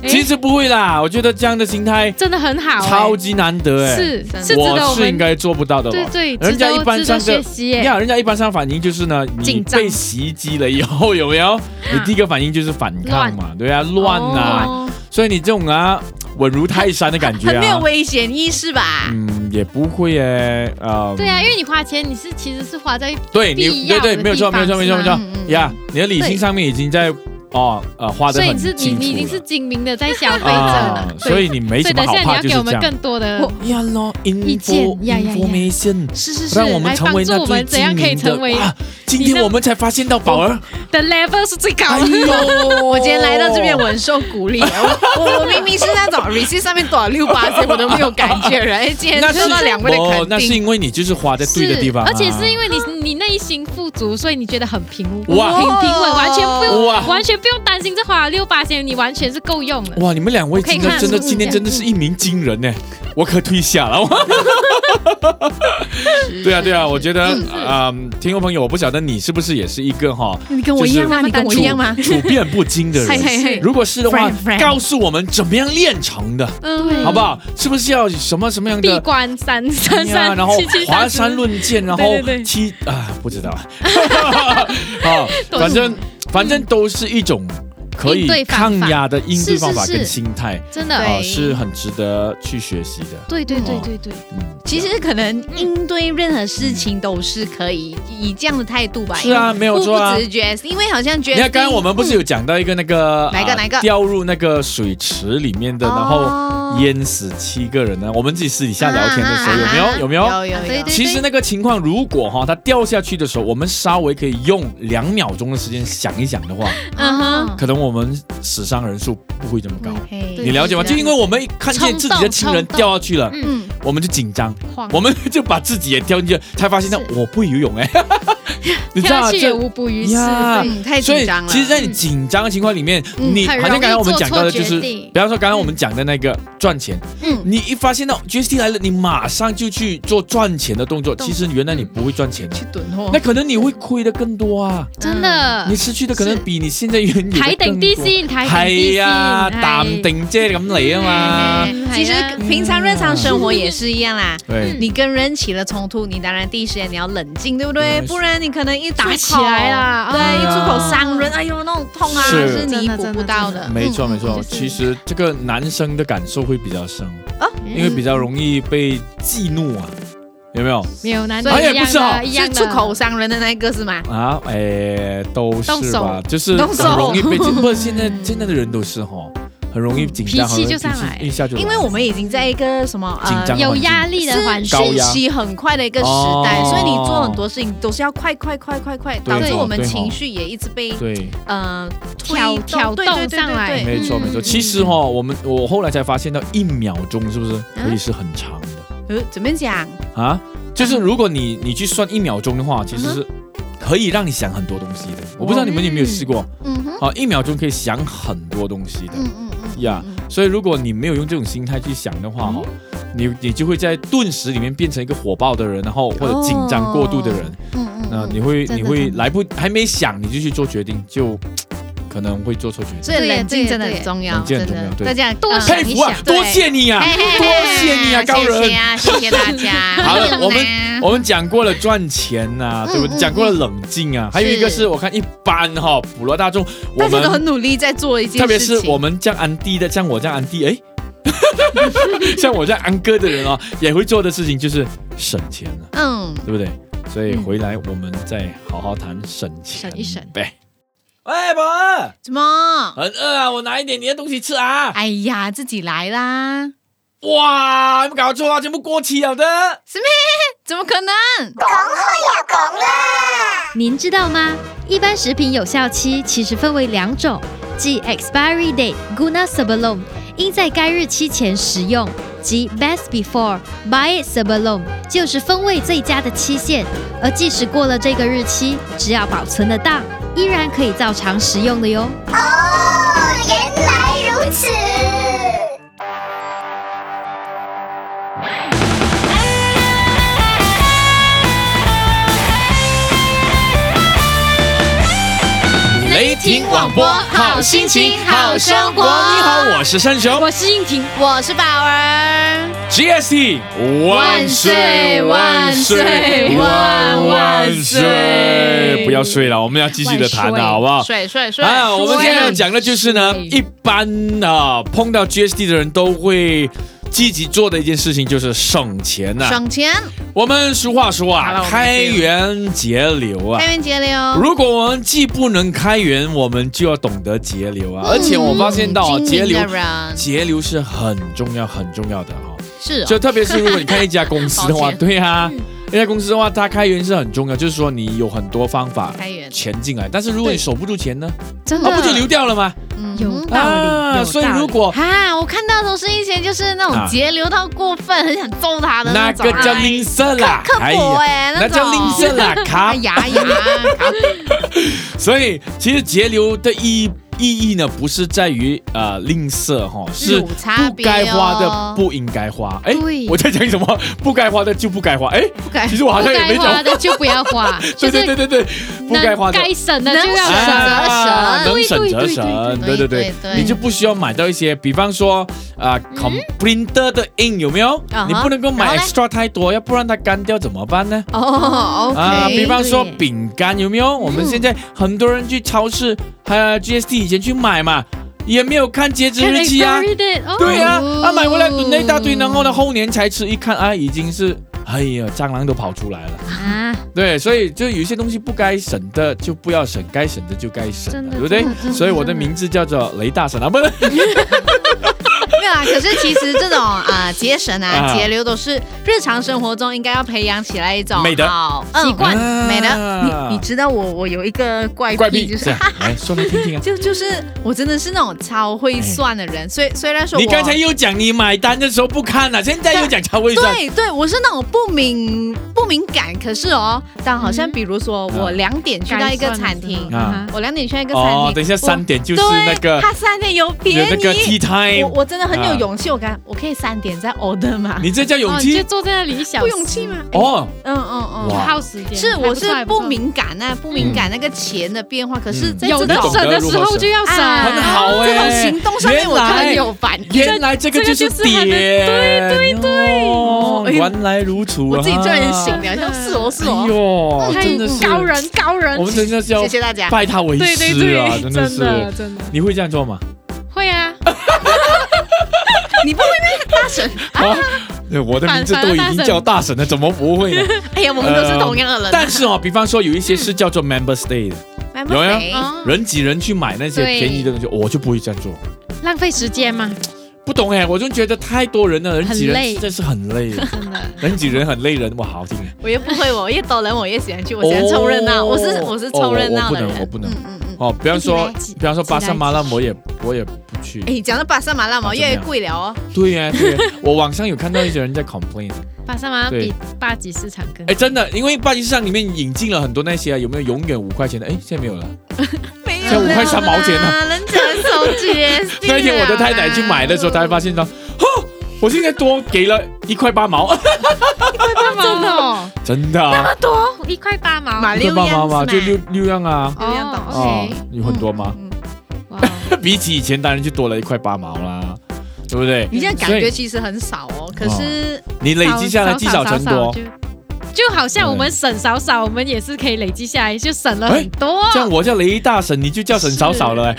[SPEAKER 1] 哎
[SPEAKER 2] 其实不会啦，我觉得这样的心态
[SPEAKER 1] 真的很好哎，
[SPEAKER 2] 超级难得哎，
[SPEAKER 1] 是
[SPEAKER 3] 真的
[SPEAKER 1] 是值得
[SPEAKER 2] 我
[SPEAKER 1] 我
[SPEAKER 2] 是应
[SPEAKER 1] 们
[SPEAKER 2] 该做不到的
[SPEAKER 1] 对
[SPEAKER 2] 吧。
[SPEAKER 1] 对，
[SPEAKER 2] 人家
[SPEAKER 1] 值得
[SPEAKER 2] 一般
[SPEAKER 1] 值
[SPEAKER 2] 上
[SPEAKER 1] 得学
[SPEAKER 2] 课
[SPEAKER 1] 习欸
[SPEAKER 2] 你
[SPEAKER 1] 耶。
[SPEAKER 2] 看，人家一般上反应就是呢，你
[SPEAKER 1] 紧张
[SPEAKER 2] 被袭击了以后有没 有？你第一个反应就是反抗嘛，对啊，乱啊，
[SPEAKER 1] 哦
[SPEAKER 2] 所以你这种啊，稳如泰山的感觉
[SPEAKER 3] 很没有
[SPEAKER 2] 啊，
[SPEAKER 3] 危险意识吧？
[SPEAKER 2] 嗯，也不会哎，啊，
[SPEAKER 1] 对啊，因为你花钱，你是其实是花在
[SPEAKER 2] 对你
[SPEAKER 1] 必要
[SPEAKER 2] 对
[SPEAKER 1] 的
[SPEAKER 2] 对，没有错，
[SPEAKER 1] 地
[SPEAKER 2] 没
[SPEAKER 1] 方
[SPEAKER 2] 有错，没有错，没
[SPEAKER 1] 是
[SPEAKER 2] 有
[SPEAKER 1] 吗
[SPEAKER 2] 错
[SPEAKER 3] 嗯嗯
[SPEAKER 2] 呀，你的理性上面已经在哦呃花的
[SPEAKER 1] 所以
[SPEAKER 2] 很
[SPEAKER 1] 你是你
[SPEAKER 2] 清
[SPEAKER 1] 你已经
[SPEAKER 2] 楚
[SPEAKER 1] 是
[SPEAKER 2] 了
[SPEAKER 1] 精明的在消费者
[SPEAKER 2] 啊
[SPEAKER 1] 了，，
[SPEAKER 2] 所以你没
[SPEAKER 1] 所以
[SPEAKER 2] 什
[SPEAKER 1] 等
[SPEAKER 2] 么
[SPEAKER 1] 一
[SPEAKER 2] 好
[SPEAKER 1] 下你
[SPEAKER 2] 怕，
[SPEAKER 1] 要
[SPEAKER 2] 就是
[SPEAKER 1] 给我
[SPEAKER 2] 这
[SPEAKER 1] 们
[SPEAKER 2] 样。
[SPEAKER 1] 更多的
[SPEAKER 2] 我呀咯
[SPEAKER 1] 意见
[SPEAKER 2] ，info
[SPEAKER 1] 呀呀呀
[SPEAKER 2] information。
[SPEAKER 1] 是是是，
[SPEAKER 2] 让我们
[SPEAKER 1] 来
[SPEAKER 2] 成
[SPEAKER 1] 帮
[SPEAKER 2] 为
[SPEAKER 1] 助
[SPEAKER 2] 那
[SPEAKER 1] 我
[SPEAKER 2] 最
[SPEAKER 1] 们怎样
[SPEAKER 2] 精
[SPEAKER 1] 可以
[SPEAKER 2] 明的
[SPEAKER 1] 成为
[SPEAKER 2] 啊！今
[SPEAKER 1] 你
[SPEAKER 2] 天
[SPEAKER 1] 的
[SPEAKER 2] 我们才发现到宝儿，
[SPEAKER 1] 的 level 是最高
[SPEAKER 2] 哎
[SPEAKER 1] 的。
[SPEAKER 2] 呦，
[SPEAKER 3] 我今天来到这边，我很受鼓 励。我我我明明是那种 receipt 上面多少六八千，我都没有感觉了。哎，今天
[SPEAKER 2] 那
[SPEAKER 3] 受
[SPEAKER 2] 是
[SPEAKER 3] 到两位
[SPEAKER 2] 哦
[SPEAKER 3] 的
[SPEAKER 2] 那
[SPEAKER 3] 肯
[SPEAKER 2] 是
[SPEAKER 3] 定。
[SPEAKER 2] 因为你就是花在对的地方啊，
[SPEAKER 1] 而且是因为你你内心富足，所以你觉得很平
[SPEAKER 2] 哇
[SPEAKER 1] 平平稳，完全不用
[SPEAKER 2] 哇
[SPEAKER 1] 完全不用担心这花了六八千，你完全是够用的。
[SPEAKER 2] 啊哇，你们两位
[SPEAKER 1] 我可以
[SPEAKER 2] 真的
[SPEAKER 1] 看
[SPEAKER 2] 真的
[SPEAKER 1] 出
[SPEAKER 2] 今天
[SPEAKER 1] 这样
[SPEAKER 2] 真的是一鸣惊人呢，我可退下了。对啊对啊，我觉得啊，嗯听众朋友，我不晓得你是不是也是一个哈
[SPEAKER 3] 你跟嗯我一样吗？
[SPEAKER 1] 就是
[SPEAKER 3] 你跟我一样吗？
[SPEAKER 2] 处变不惊的
[SPEAKER 3] 嘿
[SPEAKER 2] 人。
[SPEAKER 3] 嘿嘿，
[SPEAKER 2] 如果是的话
[SPEAKER 3] Friend, friend，
[SPEAKER 2] 告诉我们怎么样练成的，
[SPEAKER 1] 嗯
[SPEAKER 2] 好不？好？是不是要什么什么样
[SPEAKER 1] 闭
[SPEAKER 2] 的
[SPEAKER 1] 关三三
[SPEAKER 2] 哎呀
[SPEAKER 1] 三
[SPEAKER 2] 然后
[SPEAKER 1] 七七
[SPEAKER 2] 华
[SPEAKER 1] 三十
[SPEAKER 2] 山论剑，然后
[SPEAKER 1] 对对对
[SPEAKER 2] 七啊，不知道， 啊，反正反正都是一种可以
[SPEAKER 1] 应对方法
[SPEAKER 2] 抗压的应对方法
[SPEAKER 1] 是是
[SPEAKER 2] 跟
[SPEAKER 1] 是
[SPEAKER 2] 心态，
[SPEAKER 1] 真的
[SPEAKER 3] 对
[SPEAKER 2] 啊，是很值得去学习的。
[SPEAKER 1] 对对对对对，
[SPEAKER 2] 嗯，
[SPEAKER 3] 其实可能应对任何事情都是可以以这样的态度吧。
[SPEAKER 2] 是啊没有错啊
[SPEAKER 3] 不只是 Jess，因为好像 Jess，
[SPEAKER 2] 你看，刚刚我们不是有讲到一个那
[SPEAKER 1] 嗯
[SPEAKER 2] 个
[SPEAKER 3] 哪一个
[SPEAKER 2] 啊
[SPEAKER 3] 哪一个
[SPEAKER 2] 掉入那个水池里面的，然
[SPEAKER 1] 哦
[SPEAKER 2] 后
[SPEAKER 3] 后
[SPEAKER 2] 淹死七个人呢？我们自己私底下聊天
[SPEAKER 1] 啊
[SPEAKER 2] 的时候，有没有？有没有？
[SPEAKER 3] 啊有有
[SPEAKER 1] 对
[SPEAKER 3] 有
[SPEAKER 1] 对。
[SPEAKER 2] 其实那个情况，如果哈它掉下去的时候，我们稍微可以用两秒钟的时间想一想的话，
[SPEAKER 1] 嗯
[SPEAKER 3] 嗯
[SPEAKER 1] 哼
[SPEAKER 3] 哼，嗯
[SPEAKER 2] 可能我们死伤人数不会这么高。
[SPEAKER 1] 嗯
[SPEAKER 3] OK
[SPEAKER 2] 你了解吗？就因为我们一看见自己的亲人
[SPEAKER 1] 冲动
[SPEAKER 2] 掉下去了，
[SPEAKER 1] 嗯，
[SPEAKER 3] 嗯，
[SPEAKER 2] 我们就紧张，
[SPEAKER 1] 晃
[SPEAKER 2] 我们就把自己也掉进去，才发现到
[SPEAKER 1] 是
[SPEAKER 2] 我不会游 泳哎，你知
[SPEAKER 1] 跳
[SPEAKER 2] 道吗
[SPEAKER 1] 下去也
[SPEAKER 2] 这
[SPEAKER 1] 无补于事。
[SPEAKER 2] 呀
[SPEAKER 1] 对
[SPEAKER 3] 嗯，太
[SPEAKER 2] 所以
[SPEAKER 3] 紧张，了。
[SPEAKER 2] 其实，在你紧张的情况里面，
[SPEAKER 3] 嗯
[SPEAKER 2] 你好
[SPEAKER 1] 很容
[SPEAKER 2] 像刚
[SPEAKER 1] 易
[SPEAKER 2] 刚我们
[SPEAKER 1] 做
[SPEAKER 2] 讲
[SPEAKER 1] 错
[SPEAKER 2] 到的就
[SPEAKER 1] 决
[SPEAKER 2] 是，
[SPEAKER 1] 定
[SPEAKER 2] 比方说刚刚我们讲的那个赚钱，
[SPEAKER 3] 嗯，
[SPEAKER 2] 你一发现到 GST 来了，你马上就去做赚钱的动作，
[SPEAKER 1] 动嗯
[SPEAKER 2] 其实原来你不会赚钱的，
[SPEAKER 3] 去囤货
[SPEAKER 2] 那。可能你会亏的更多啊，
[SPEAKER 1] 真的
[SPEAKER 2] 你，失去的可能
[SPEAKER 3] 是
[SPEAKER 2] 比你現在原有
[SPEAKER 1] 睇定啲先，睇定啲
[SPEAKER 2] 係
[SPEAKER 1] 先。
[SPEAKER 2] 啊，
[SPEAKER 1] 係
[SPEAKER 2] 淡定啫咁嚟啊嘛
[SPEAKER 1] 嗯。嗯
[SPEAKER 3] 哎其实
[SPEAKER 1] 係啊
[SPEAKER 3] 平常日常生活也是一样啦。
[SPEAKER 2] 对，
[SPEAKER 3] 你跟人起了冲突，你当然第一时间你要冷静，对不对？
[SPEAKER 2] 嗯
[SPEAKER 3] 不然你可能一出口
[SPEAKER 1] 打起来啦
[SPEAKER 3] 对，
[SPEAKER 1] 啊
[SPEAKER 3] 一出口伤人，哎呦那种痛啊，
[SPEAKER 2] 是
[SPEAKER 3] 是弥补不到的。
[SPEAKER 2] 没错
[SPEAKER 3] 嗯
[SPEAKER 2] 没错
[SPEAKER 1] 就。是
[SPEAKER 2] 其实这个男生的感受会比较深，
[SPEAKER 1] 嗯
[SPEAKER 2] 因为比较容易被激怒啊，有没有？
[SPEAKER 1] 没有难度
[SPEAKER 2] 哎呀
[SPEAKER 1] 一样
[SPEAKER 2] 不是哦
[SPEAKER 1] 的，一样
[SPEAKER 3] 是
[SPEAKER 1] 的
[SPEAKER 3] 出口伤人的那个是吗？
[SPEAKER 2] 啊，诶，都
[SPEAKER 1] 动
[SPEAKER 2] 是吧
[SPEAKER 1] 手，
[SPEAKER 2] 就是
[SPEAKER 3] 动手
[SPEAKER 2] 很容易被激怒。不，现在
[SPEAKER 1] 嗯
[SPEAKER 2] 现在的人都是哈，很容易紧张，
[SPEAKER 1] 脾气
[SPEAKER 2] 好像
[SPEAKER 1] 就上来
[SPEAKER 2] 一下就来
[SPEAKER 3] 因为我们已经在一个什么
[SPEAKER 2] 嗯紧
[SPEAKER 3] 呃
[SPEAKER 2] 张
[SPEAKER 1] 有压力的环
[SPEAKER 3] 是
[SPEAKER 1] 境
[SPEAKER 2] 高压
[SPEAKER 3] 讯息很快的一个时代，
[SPEAKER 2] 哦
[SPEAKER 3] 所以你做很多事情都是要快快快快快，
[SPEAKER 2] 对
[SPEAKER 3] 导致
[SPEAKER 1] 哦
[SPEAKER 3] 我们
[SPEAKER 2] 对哦
[SPEAKER 3] 情绪也一直被
[SPEAKER 2] 对，
[SPEAKER 3] 嗯
[SPEAKER 1] 挑挑动上来
[SPEAKER 2] 没错
[SPEAKER 1] 嗯
[SPEAKER 2] 没错。其实哈，我们我后来才发现到一秒钟是不是可
[SPEAKER 3] 啊
[SPEAKER 2] 以是很长的
[SPEAKER 3] 呃，怎么讲？
[SPEAKER 2] 啊？就是如果你你去算一秒钟的话，其实是可以让你想很多东西的。我不知道你们有没有试过
[SPEAKER 3] 嗯哼，
[SPEAKER 2] 啊？一秒钟可以想很多东西的。
[SPEAKER 3] 嗯嗯嗯
[SPEAKER 2] 呀
[SPEAKER 3] 嗯
[SPEAKER 2] 所以如果你没有用这种心态去想的话，哈、你你就会在顿时里面变成一个火爆的人，然后或者紧张过度的人，
[SPEAKER 3] 嗯嗯
[SPEAKER 2] 那、
[SPEAKER 3] 嗯
[SPEAKER 2] 你会
[SPEAKER 1] 真的
[SPEAKER 2] 你会
[SPEAKER 1] 真的
[SPEAKER 2] 来不还没想你就去做决定，就可能会做错决定。
[SPEAKER 3] 所以冷
[SPEAKER 1] 对呀
[SPEAKER 3] 静真的
[SPEAKER 1] 对
[SPEAKER 3] 很
[SPEAKER 1] 呀
[SPEAKER 3] 重要，
[SPEAKER 2] 冷静
[SPEAKER 3] 真
[SPEAKER 2] 很
[SPEAKER 3] 的
[SPEAKER 2] 重要对
[SPEAKER 3] 大家
[SPEAKER 1] 多
[SPEAKER 3] 呃
[SPEAKER 1] 想
[SPEAKER 2] 佩
[SPEAKER 1] 一
[SPEAKER 2] 服啊
[SPEAKER 1] 想，
[SPEAKER 2] 多谢你啊，
[SPEAKER 3] 嘿嘿嘿
[SPEAKER 2] 多谢你啊，高
[SPEAKER 3] 谢谢
[SPEAKER 2] 人。
[SPEAKER 3] 啊，谢谢大家。
[SPEAKER 2] 好了
[SPEAKER 3] 嗯
[SPEAKER 2] 我们我们讲过了赚钱呐、
[SPEAKER 3] 嗯
[SPEAKER 2] 对不对？
[SPEAKER 3] 嗯
[SPEAKER 2] 讲过了冷静啊，还有一个是我看一般哈、普罗大众，我
[SPEAKER 3] 大家都很
[SPEAKER 2] 们
[SPEAKER 3] 努力在做一件
[SPEAKER 2] 特别
[SPEAKER 3] 事情，
[SPEAKER 2] 是我们像安迪的，像我这样安迪，哎， 像我这样安哥的人哦，也会做的事情就是省钱啊。
[SPEAKER 3] 嗯。
[SPEAKER 2] 对不对？所以
[SPEAKER 1] 嗯
[SPEAKER 2] 回来我们再好好谈省钱，
[SPEAKER 1] 省一省
[SPEAKER 2] 呗。喂，宝儿，
[SPEAKER 3] 怎么？
[SPEAKER 2] 很饿啊，我拿一点你的东西吃啊！
[SPEAKER 3] 哎呀，自己来啦！
[SPEAKER 2] 哇，有没有搞错啊？全部过期了的。
[SPEAKER 3] 怎么可能？
[SPEAKER 1] 您知道吗？一般食品有效期其实分为两种，即 expiry date guna sebelum，应在该日期前食用，及 best before buy it sebelum，就是风味最佳的期限。而即使过了这个日期，只要保存得当，依然可以照常食用的哟。
[SPEAKER 4] 原来如此。
[SPEAKER 2] 雷霆广播，好心情，好生活。你好，我是山熊
[SPEAKER 1] 我是应婷，
[SPEAKER 3] 我是宝儿，
[SPEAKER 2] ，GST
[SPEAKER 3] 万岁万岁万万岁
[SPEAKER 2] 不要睡了，我们要继续的谈
[SPEAKER 1] 万
[SPEAKER 2] 了，
[SPEAKER 1] 岁
[SPEAKER 2] 好不好？
[SPEAKER 3] 帅帅帅！
[SPEAKER 2] 啊，我们今天要
[SPEAKER 1] 对
[SPEAKER 2] 讲的就是呢，
[SPEAKER 1] 对
[SPEAKER 2] 一般啊碰到 GST 的人都会积极做的一件事情就是省钱呐、
[SPEAKER 3] 省钱，
[SPEAKER 2] 我们俗话说
[SPEAKER 3] 好了
[SPEAKER 2] 啊
[SPEAKER 3] 我，们嗯
[SPEAKER 2] 开
[SPEAKER 3] 继续
[SPEAKER 2] 源节流啊
[SPEAKER 3] 开。源节流。
[SPEAKER 2] 如果我们既不能开源，我们就要懂得节流啊。而且我发现到啊，
[SPEAKER 3] 嗯
[SPEAKER 2] 节流
[SPEAKER 3] 精明的人
[SPEAKER 2] 节流是很重要、很重要的啊哈、
[SPEAKER 3] 是哦
[SPEAKER 2] 就特别是如果你看一家公司的
[SPEAKER 3] 抱
[SPEAKER 2] 话，
[SPEAKER 3] 歉
[SPEAKER 2] 对啊，一家公司的话，它开源是很重要，就是说你有很多方法
[SPEAKER 3] 开源，
[SPEAKER 2] 钱进来，但是如果你
[SPEAKER 3] 对
[SPEAKER 2] 守不住钱呢，
[SPEAKER 1] 真
[SPEAKER 2] 那、不就流掉了吗？
[SPEAKER 3] 嗯
[SPEAKER 1] 有
[SPEAKER 3] 哼
[SPEAKER 1] 道理有道理
[SPEAKER 2] 所以如果
[SPEAKER 3] 啊，我看到都是一些就是那
[SPEAKER 2] 啊
[SPEAKER 3] 种节流到过分，很想揍他的
[SPEAKER 2] 那
[SPEAKER 3] 那种
[SPEAKER 2] 个
[SPEAKER 3] 啊，
[SPEAKER 2] 叫吝啬啦，
[SPEAKER 3] 刻薄哎，
[SPEAKER 2] 那
[SPEAKER 3] 种
[SPEAKER 2] 叫吝啬啦，卡
[SPEAKER 3] 啊。 牙牙，卡
[SPEAKER 2] 所以其实节流的意意义呢，不是在于呃吝啬哈，是
[SPEAKER 3] 有差
[SPEAKER 2] 不
[SPEAKER 3] 别
[SPEAKER 2] 该花的
[SPEAKER 3] 哦
[SPEAKER 2] 不应该花。哎
[SPEAKER 1] 对，
[SPEAKER 2] 我在讲什么？不该花的就不该花。哎，
[SPEAKER 3] 不 敢
[SPEAKER 2] 其实我好
[SPEAKER 1] 不
[SPEAKER 2] 像也没
[SPEAKER 1] 该花
[SPEAKER 2] 讲。
[SPEAKER 1] 的就不要花，就
[SPEAKER 2] 对
[SPEAKER 1] 是
[SPEAKER 2] 对对对对，不该花的
[SPEAKER 1] 能。该省的就要
[SPEAKER 3] 能省
[SPEAKER 1] 省。
[SPEAKER 2] 啊
[SPEAKER 3] 省
[SPEAKER 2] 能省则
[SPEAKER 1] 对对
[SPEAKER 2] 省，对对
[SPEAKER 3] 对对
[SPEAKER 2] 对
[SPEAKER 3] 对对，对
[SPEAKER 2] 你就不需要买到一些，比方说啊，printer 的 ink 有没有
[SPEAKER 3] 啊哈？
[SPEAKER 2] 你不能够买
[SPEAKER 3] 然后嘞
[SPEAKER 2] extra 太多，要不然它干掉怎么办呢？
[SPEAKER 3] 哦，OK，
[SPEAKER 2] 啊，比方说
[SPEAKER 1] 对耶
[SPEAKER 2] 饼干有没有？我们现在很多人去超市，呃，GST 以前去买嘛，也没有看截止日期啊。
[SPEAKER 1] 哦
[SPEAKER 2] 对呀、啊，啊，买回来囤了一大堆，然后呢，后年才吃，一看啊，已经是，哎呀，蟑螂都跑出来了。
[SPEAKER 1] 啊，
[SPEAKER 2] 对，所以就有些东西不该省的就不要省，该省的就该省
[SPEAKER 1] 真，的
[SPEAKER 2] 对不对
[SPEAKER 1] 真的真？的
[SPEAKER 2] 所以我的
[SPEAKER 1] 真的
[SPEAKER 2] 名字叫做雷大婶啊，不是，
[SPEAKER 3] 没有啦，可是其实这种啊节省
[SPEAKER 2] 啊
[SPEAKER 3] 啊节流都是日常生活中应该要培养起来一种
[SPEAKER 2] 美德
[SPEAKER 3] 好嗯
[SPEAKER 1] 习惯
[SPEAKER 2] 啊
[SPEAKER 3] 美德。你你知道我我有一个怪
[SPEAKER 2] 怪
[SPEAKER 3] 癖，
[SPEAKER 2] 癖
[SPEAKER 3] 就是。
[SPEAKER 2] 是啊，来说来听听啊
[SPEAKER 3] 就就是我真的是那种超会算的人，所以虽然说我
[SPEAKER 2] 你刚才又讲你买单的时候不看了、现在又讲超卫生，
[SPEAKER 3] 对对，我是那种不敏不敏感，可是哦，但好像
[SPEAKER 1] 嗯
[SPEAKER 3] 比如说我两点去到一个餐厅，
[SPEAKER 2] 啊
[SPEAKER 3] 我两点去到一个餐厅，
[SPEAKER 2] 哦，等一下
[SPEAKER 3] 我
[SPEAKER 2] 三点就是
[SPEAKER 3] 对
[SPEAKER 2] 那个
[SPEAKER 3] 他三点有
[SPEAKER 2] 有
[SPEAKER 3] 便
[SPEAKER 2] 那个 tea
[SPEAKER 3] 宜，我
[SPEAKER 2] time，
[SPEAKER 3] 我真的很
[SPEAKER 2] 啊
[SPEAKER 3] 有勇气，我刚我可以三点再 order 吗？
[SPEAKER 2] 你这叫勇
[SPEAKER 1] 哦，你
[SPEAKER 2] 气
[SPEAKER 1] 就坐在那里一小
[SPEAKER 3] 不
[SPEAKER 1] 时
[SPEAKER 3] 勇气吗？
[SPEAKER 2] 哦，
[SPEAKER 3] 嗯嗯
[SPEAKER 2] 哇
[SPEAKER 3] 嗯。
[SPEAKER 1] 耗时间，
[SPEAKER 3] 是，
[SPEAKER 1] 还
[SPEAKER 3] 我
[SPEAKER 1] 错
[SPEAKER 3] 是不，嗯敏感那不敏感那个钱的变化，可是
[SPEAKER 2] 嗯
[SPEAKER 3] 在
[SPEAKER 1] 还错有
[SPEAKER 3] 这
[SPEAKER 1] 的
[SPEAKER 3] 种
[SPEAKER 1] 省的时候就要省，
[SPEAKER 3] 啊
[SPEAKER 2] 很好哎、
[SPEAKER 3] 这种行动上面我就很有反应。
[SPEAKER 2] 原来这个就
[SPEAKER 1] 这
[SPEAKER 2] 是
[SPEAKER 1] 这个就是
[SPEAKER 2] 点，
[SPEAKER 1] 他的
[SPEAKER 2] 对对对，哦
[SPEAKER 3] 哎
[SPEAKER 2] 原来如此、啊，
[SPEAKER 3] 我自己这人醒的，
[SPEAKER 1] 真的
[SPEAKER 3] 像是哦是
[SPEAKER 2] 哎
[SPEAKER 3] 哦，
[SPEAKER 2] 呦，
[SPEAKER 1] 太
[SPEAKER 2] 真的是
[SPEAKER 1] 高，人高人
[SPEAKER 2] 我，们真的是要
[SPEAKER 3] 谢谢大家。
[SPEAKER 2] 拜他为
[SPEAKER 1] 对对
[SPEAKER 2] 师啊，
[SPEAKER 1] 对，
[SPEAKER 2] 真的
[SPEAKER 1] 真的
[SPEAKER 2] 是。
[SPEAKER 1] 真的
[SPEAKER 2] 你会这样做吗？
[SPEAKER 1] 会啊，
[SPEAKER 3] 你不会那个大神？
[SPEAKER 2] 啊，对我的名字都已经叫大神了，怎么不会呢？
[SPEAKER 3] 哎呀，我们都是同样的人。
[SPEAKER 2] 但是哦，比方说有一些是叫做
[SPEAKER 1] 嗯
[SPEAKER 2] member stay 的，
[SPEAKER 1] 哦
[SPEAKER 3] 买不起
[SPEAKER 2] 有人挤人去买那些
[SPEAKER 1] 对
[SPEAKER 2] 便宜的东西，我就不会这样做。
[SPEAKER 1] 浪费时间嘛，
[SPEAKER 2] 不懂哎，我就觉得太多人了，人挤
[SPEAKER 1] 很累
[SPEAKER 2] 人真是很 累，
[SPEAKER 1] 真的。
[SPEAKER 2] 人挤人很累人，哇，好听。
[SPEAKER 3] 我又不会，我越多人我越喜欢去，我喜欢凑热闹，我是我是凑热闹的
[SPEAKER 2] 哦我我不
[SPEAKER 3] 人。
[SPEAKER 2] 能，我不能。
[SPEAKER 3] 嗯嗯嗯。
[SPEAKER 2] 哦，比方说
[SPEAKER 1] 一起来，
[SPEAKER 2] 比方说巴
[SPEAKER 1] 一起
[SPEAKER 2] 萨
[SPEAKER 1] 来
[SPEAKER 2] 麻辣，我也我也不去。
[SPEAKER 3] 哎，讲到巴沙马拉嘛，
[SPEAKER 2] 啊
[SPEAKER 3] 越来越
[SPEAKER 2] 怎么样
[SPEAKER 3] 贵了哦。
[SPEAKER 2] 对呀、对呀、我网上有看到一些人在 complain，
[SPEAKER 1] 巴沙马啊
[SPEAKER 2] 对
[SPEAKER 1] 比霸级市场更
[SPEAKER 2] 哎，真的，因为巴黎市场里面引进了很多那些啊，有没有永远五块钱的？哎，现在没有了。
[SPEAKER 3] 没有
[SPEAKER 2] 才五块三毛钱。
[SPEAKER 3] 啊！人家手机
[SPEAKER 2] 那一天我的太太去买的时候，她才发现到，哈，我现在多给了一块八毛，
[SPEAKER 1] 真的哦，
[SPEAKER 2] 真的啊，
[SPEAKER 1] 一块八毛，
[SPEAKER 3] 买
[SPEAKER 2] 一块
[SPEAKER 3] 六
[SPEAKER 2] 八毛
[SPEAKER 3] 样
[SPEAKER 2] 嘛，
[SPEAKER 3] 是
[SPEAKER 2] 就
[SPEAKER 3] 吗
[SPEAKER 2] 六六样啊，
[SPEAKER 1] 哦
[SPEAKER 3] 六样东西
[SPEAKER 2] 啊
[SPEAKER 1] OK，
[SPEAKER 2] 有很多吗？
[SPEAKER 3] 嗯？嗯嗯
[SPEAKER 1] 哇，
[SPEAKER 2] 比起以前当然就多了一块八毛啦，对不对？
[SPEAKER 3] 你这样感
[SPEAKER 2] 所
[SPEAKER 3] 觉
[SPEAKER 2] 以
[SPEAKER 3] 其实很少哦，可是
[SPEAKER 2] 你累积下来积少成多，嗯
[SPEAKER 1] 就就好像我们省少少，我们也是可以累积下来，就省了很多。
[SPEAKER 2] 哎这样我叫雷大婶，你就叫沈少少了哎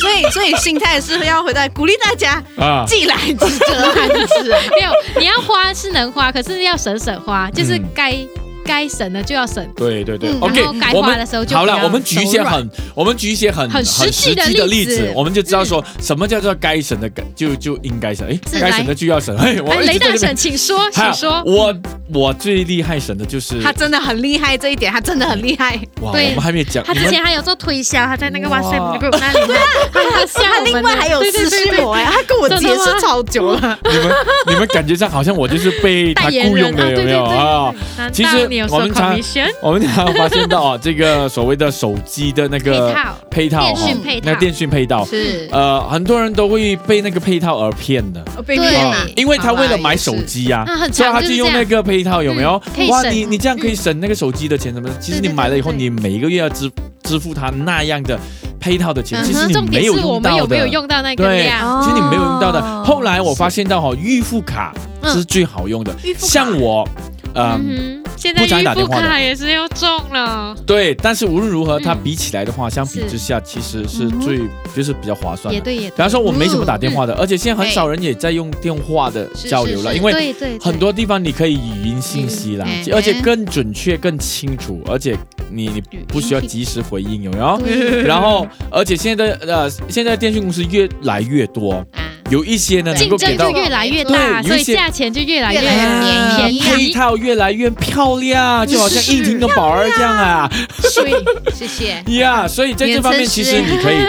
[SPEAKER 3] 所以所以心态是要回到鼓励大家
[SPEAKER 2] 啊。
[SPEAKER 3] 既来之则安之啊。
[SPEAKER 1] 没有，你要花是能花，可是要省省花，就是
[SPEAKER 2] 嗯
[SPEAKER 1] 该、该省的就要省。
[SPEAKER 2] 对对对
[SPEAKER 3] 嗯
[SPEAKER 2] ，OK，
[SPEAKER 1] 然后该
[SPEAKER 2] 我
[SPEAKER 1] 花
[SPEAKER 2] 们
[SPEAKER 1] 的时候就
[SPEAKER 2] 好
[SPEAKER 1] 比
[SPEAKER 2] 了，
[SPEAKER 1] 较
[SPEAKER 2] 我们举一些
[SPEAKER 1] 手
[SPEAKER 2] 很，我们举一些很
[SPEAKER 1] 很实际的
[SPEAKER 2] 很实际的
[SPEAKER 1] 例
[SPEAKER 2] 例
[SPEAKER 1] 子嗯
[SPEAKER 2] 子，我们就知道说什么叫做该省的该就就应该省，哎，
[SPEAKER 1] 是
[SPEAKER 2] 该
[SPEAKER 1] 来
[SPEAKER 2] 省的就要省，哎，我
[SPEAKER 1] 哎，
[SPEAKER 2] 一直
[SPEAKER 1] 雷
[SPEAKER 2] 在
[SPEAKER 1] 大
[SPEAKER 2] 这边
[SPEAKER 1] 婶，请说，
[SPEAKER 2] 还有
[SPEAKER 1] 请说。
[SPEAKER 2] 我我最厉害省的就是
[SPEAKER 3] 他真的很厉害，这一点他真的很厉害。
[SPEAKER 2] 哇，我
[SPEAKER 1] 对
[SPEAKER 2] 们还没有讲，
[SPEAKER 1] 他
[SPEAKER 2] 你
[SPEAKER 1] 之
[SPEAKER 2] 们
[SPEAKER 1] 前还有做推销，他在那个
[SPEAKER 2] 哇
[SPEAKER 1] 哇塞 group 那里面，他笑
[SPEAKER 3] 他
[SPEAKER 1] 我们
[SPEAKER 3] 另外还有
[SPEAKER 1] 对对
[SPEAKER 3] 私
[SPEAKER 1] 对
[SPEAKER 3] 信
[SPEAKER 1] 对
[SPEAKER 3] 我哎，他跟我
[SPEAKER 1] 真的
[SPEAKER 3] 解释
[SPEAKER 1] 吗
[SPEAKER 3] 超久了。
[SPEAKER 2] 你 们你们感觉上好像我就是被他
[SPEAKER 1] 代言
[SPEAKER 2] 雇佣
[SPEAKER 1] 人
[SPEAKER 2] 的，有没有啊
[SPEAKER 1] 啊？对对对对对？
[SPEAKER 2] 其
[SPEAKER 1] 难道
[SPEAKER 2] 实
[SPEAKER 1] 你有
[SPEAKER 2] 我们
[SPEAKER 1] commission
[SPEAKER 2] 常我们常常发现到啊，这个所谓的手机的那个
[SPEAKER 1] 配套
[SPEAKER 2] 配套
[SPEAKER 1] 电
[SPEAKER 2] 哈
[SPEAKER 1] 讯配
[SPEAKER 2] 那
[SPEAKER 1] 套？
[SPEAKER 2] 电讯配套，
[SPEAKER 3] 是
[SPEAKER 2] 呃，很多人都会被那个配套而骗的。
[SPEAKER 3] 被
[SPEAKER 1] 对
[SPEAKER 3] 骗
[SPEAKER 1] 啊
[SPEAKER 3] 了，
[SPEAKER 2] 因为他为了买手
[SPEAKER 3] 好啦。
[SPEAKER 2] 机啊
[SPEAKER 1] 啊很，
[SPEAKER 2] 所以
[SPEAKER 1] 常
[SPEAKER 2] 他
[SPEAKER 1] 就
[SPEAKER 2] 就是用
[SPEAKER 1] 这样
[SPEAKER 2] 那个配套，有没有
[SPEAKER 1] 嗯可以？
[SPEAKER 2] 哇，
[SPEAKER 1] 省
[SPEAKER 2] 你你这样可以省那个手机的钱什么的。其实你
[SPEAKER 1] 对对
[SPEAKER 2] 买了以后，
[SPEAKER 1] 对
[SPEAKER 2] 你每个月要支支付他那样的配套的钱，
[SPEAKER 3] 嗯哼
[SPEAKER 2] 其实你
[SPEAKER 1] 重
[SPEAKER 2] 没
[SPEAKER 1] 点
[SPEAKER 2] 有
[SPEAKER 1] 是我
[SPEAKER 2] 用
[SPEAKER 1] 们
[SPEAKER 2] 到
[SPEAKER 1] 有没有
[SPEAKER 2] 的。
[SPEAKER 1] 用到那个
[SPEAKER 2] 对
[SPEAKER 1] 量？
[SPEAKER 2] 其实你没有用到
[SPEAKER 3] 哦嗯
[SPEAKER 2] 的。后来我发现到哈，预付卡是最好用的。
[SPEAKER 3] 预付卡
[SPEAKER 2] 像我，嗯，
[SPEAKER 1] 嗯哼，现在
[SPEAKER 2] 不常
[SPEAKER 1] 预
[SPEAKER 2] 打
[SPEAKER 1] 付
[SPEAKER 2] 电话的
[SPEAKER 1] 卡也是要中了，
[SPEAKER 2] 对，但是无论如何，它
[SPEAKER 1] 嗯
[SPEAKER 2] 比起来的话，相比
[SPEAKER 1] 是
[SPEAKER 2] 之下，其实是
[SPEAKER 3] 嗯哼
[SPEAKER 2] 最就是比较划算
[SPEAKER 1] 也
[SPEAKER 2] 的。
[SPEAKER 1] 对也
[SPEAKER 2] 比
[SPEAKER 1] 对，
[SPEAKER 2] 方说，我没什么打电话的，而且现在很
[SPEAKER 3] 哎
[SPEAKER 2] 少人也在用电话的
[SPEAKER 3] 是
[SPEAKER 2] 交流
[SPEAKER 3] 是
[SPEAKER 2] 了，
[SPEAKER 3] 是
[SPEAKER 2] 因为
[SPEAKER 1] 对对
[SPEAKER 2] 很多地方你可以语音信息啦
[SPEAKER 3] 嗯，
[SPEAKER 2] 而且更准确、更清楚，而且你你
[SPEAKER 3] 语音
[SPEAKER 2] 不需要及时回应，有没有？
[SPEAKER 1] 对
[SPEAKER 2] 然后，而且现在的呃，现在电信公司越来越多，有一些呢
[SPEAKER 3] 对
[SPEAKER 2] 能
[SPEAKER 1] 竞
[SPEAKER 2] 够给
[SPEAKER 1] 争
[SPEAKER 2] 到
[SPEAKER 1] 就越来越
[SPEAKER 2] 对有
[SPEAKER 1] 大，
[SPEAKER 2] 一
[SPEAKER 1] 所以
[SPEAKER 2] 些
[SPEAKER 1] 价钱就越来越
[SPEAKER 3] 越来越
[SPEAKER 2] 啊
[SPEAKER 1] 便宜便
[SPEAKER 2] 配
[SPEAKER 1] 宜。
[SPEAKER 2] 套越来越漂亮，就好像
[SPEAKER 1] 是
[SPEAKER 2] 一婷跟宝儿这样啊，
[SPEAKER 3] 所以 谢谢。
[SPEAKER 2] 呀，所以在这方面其实你可以。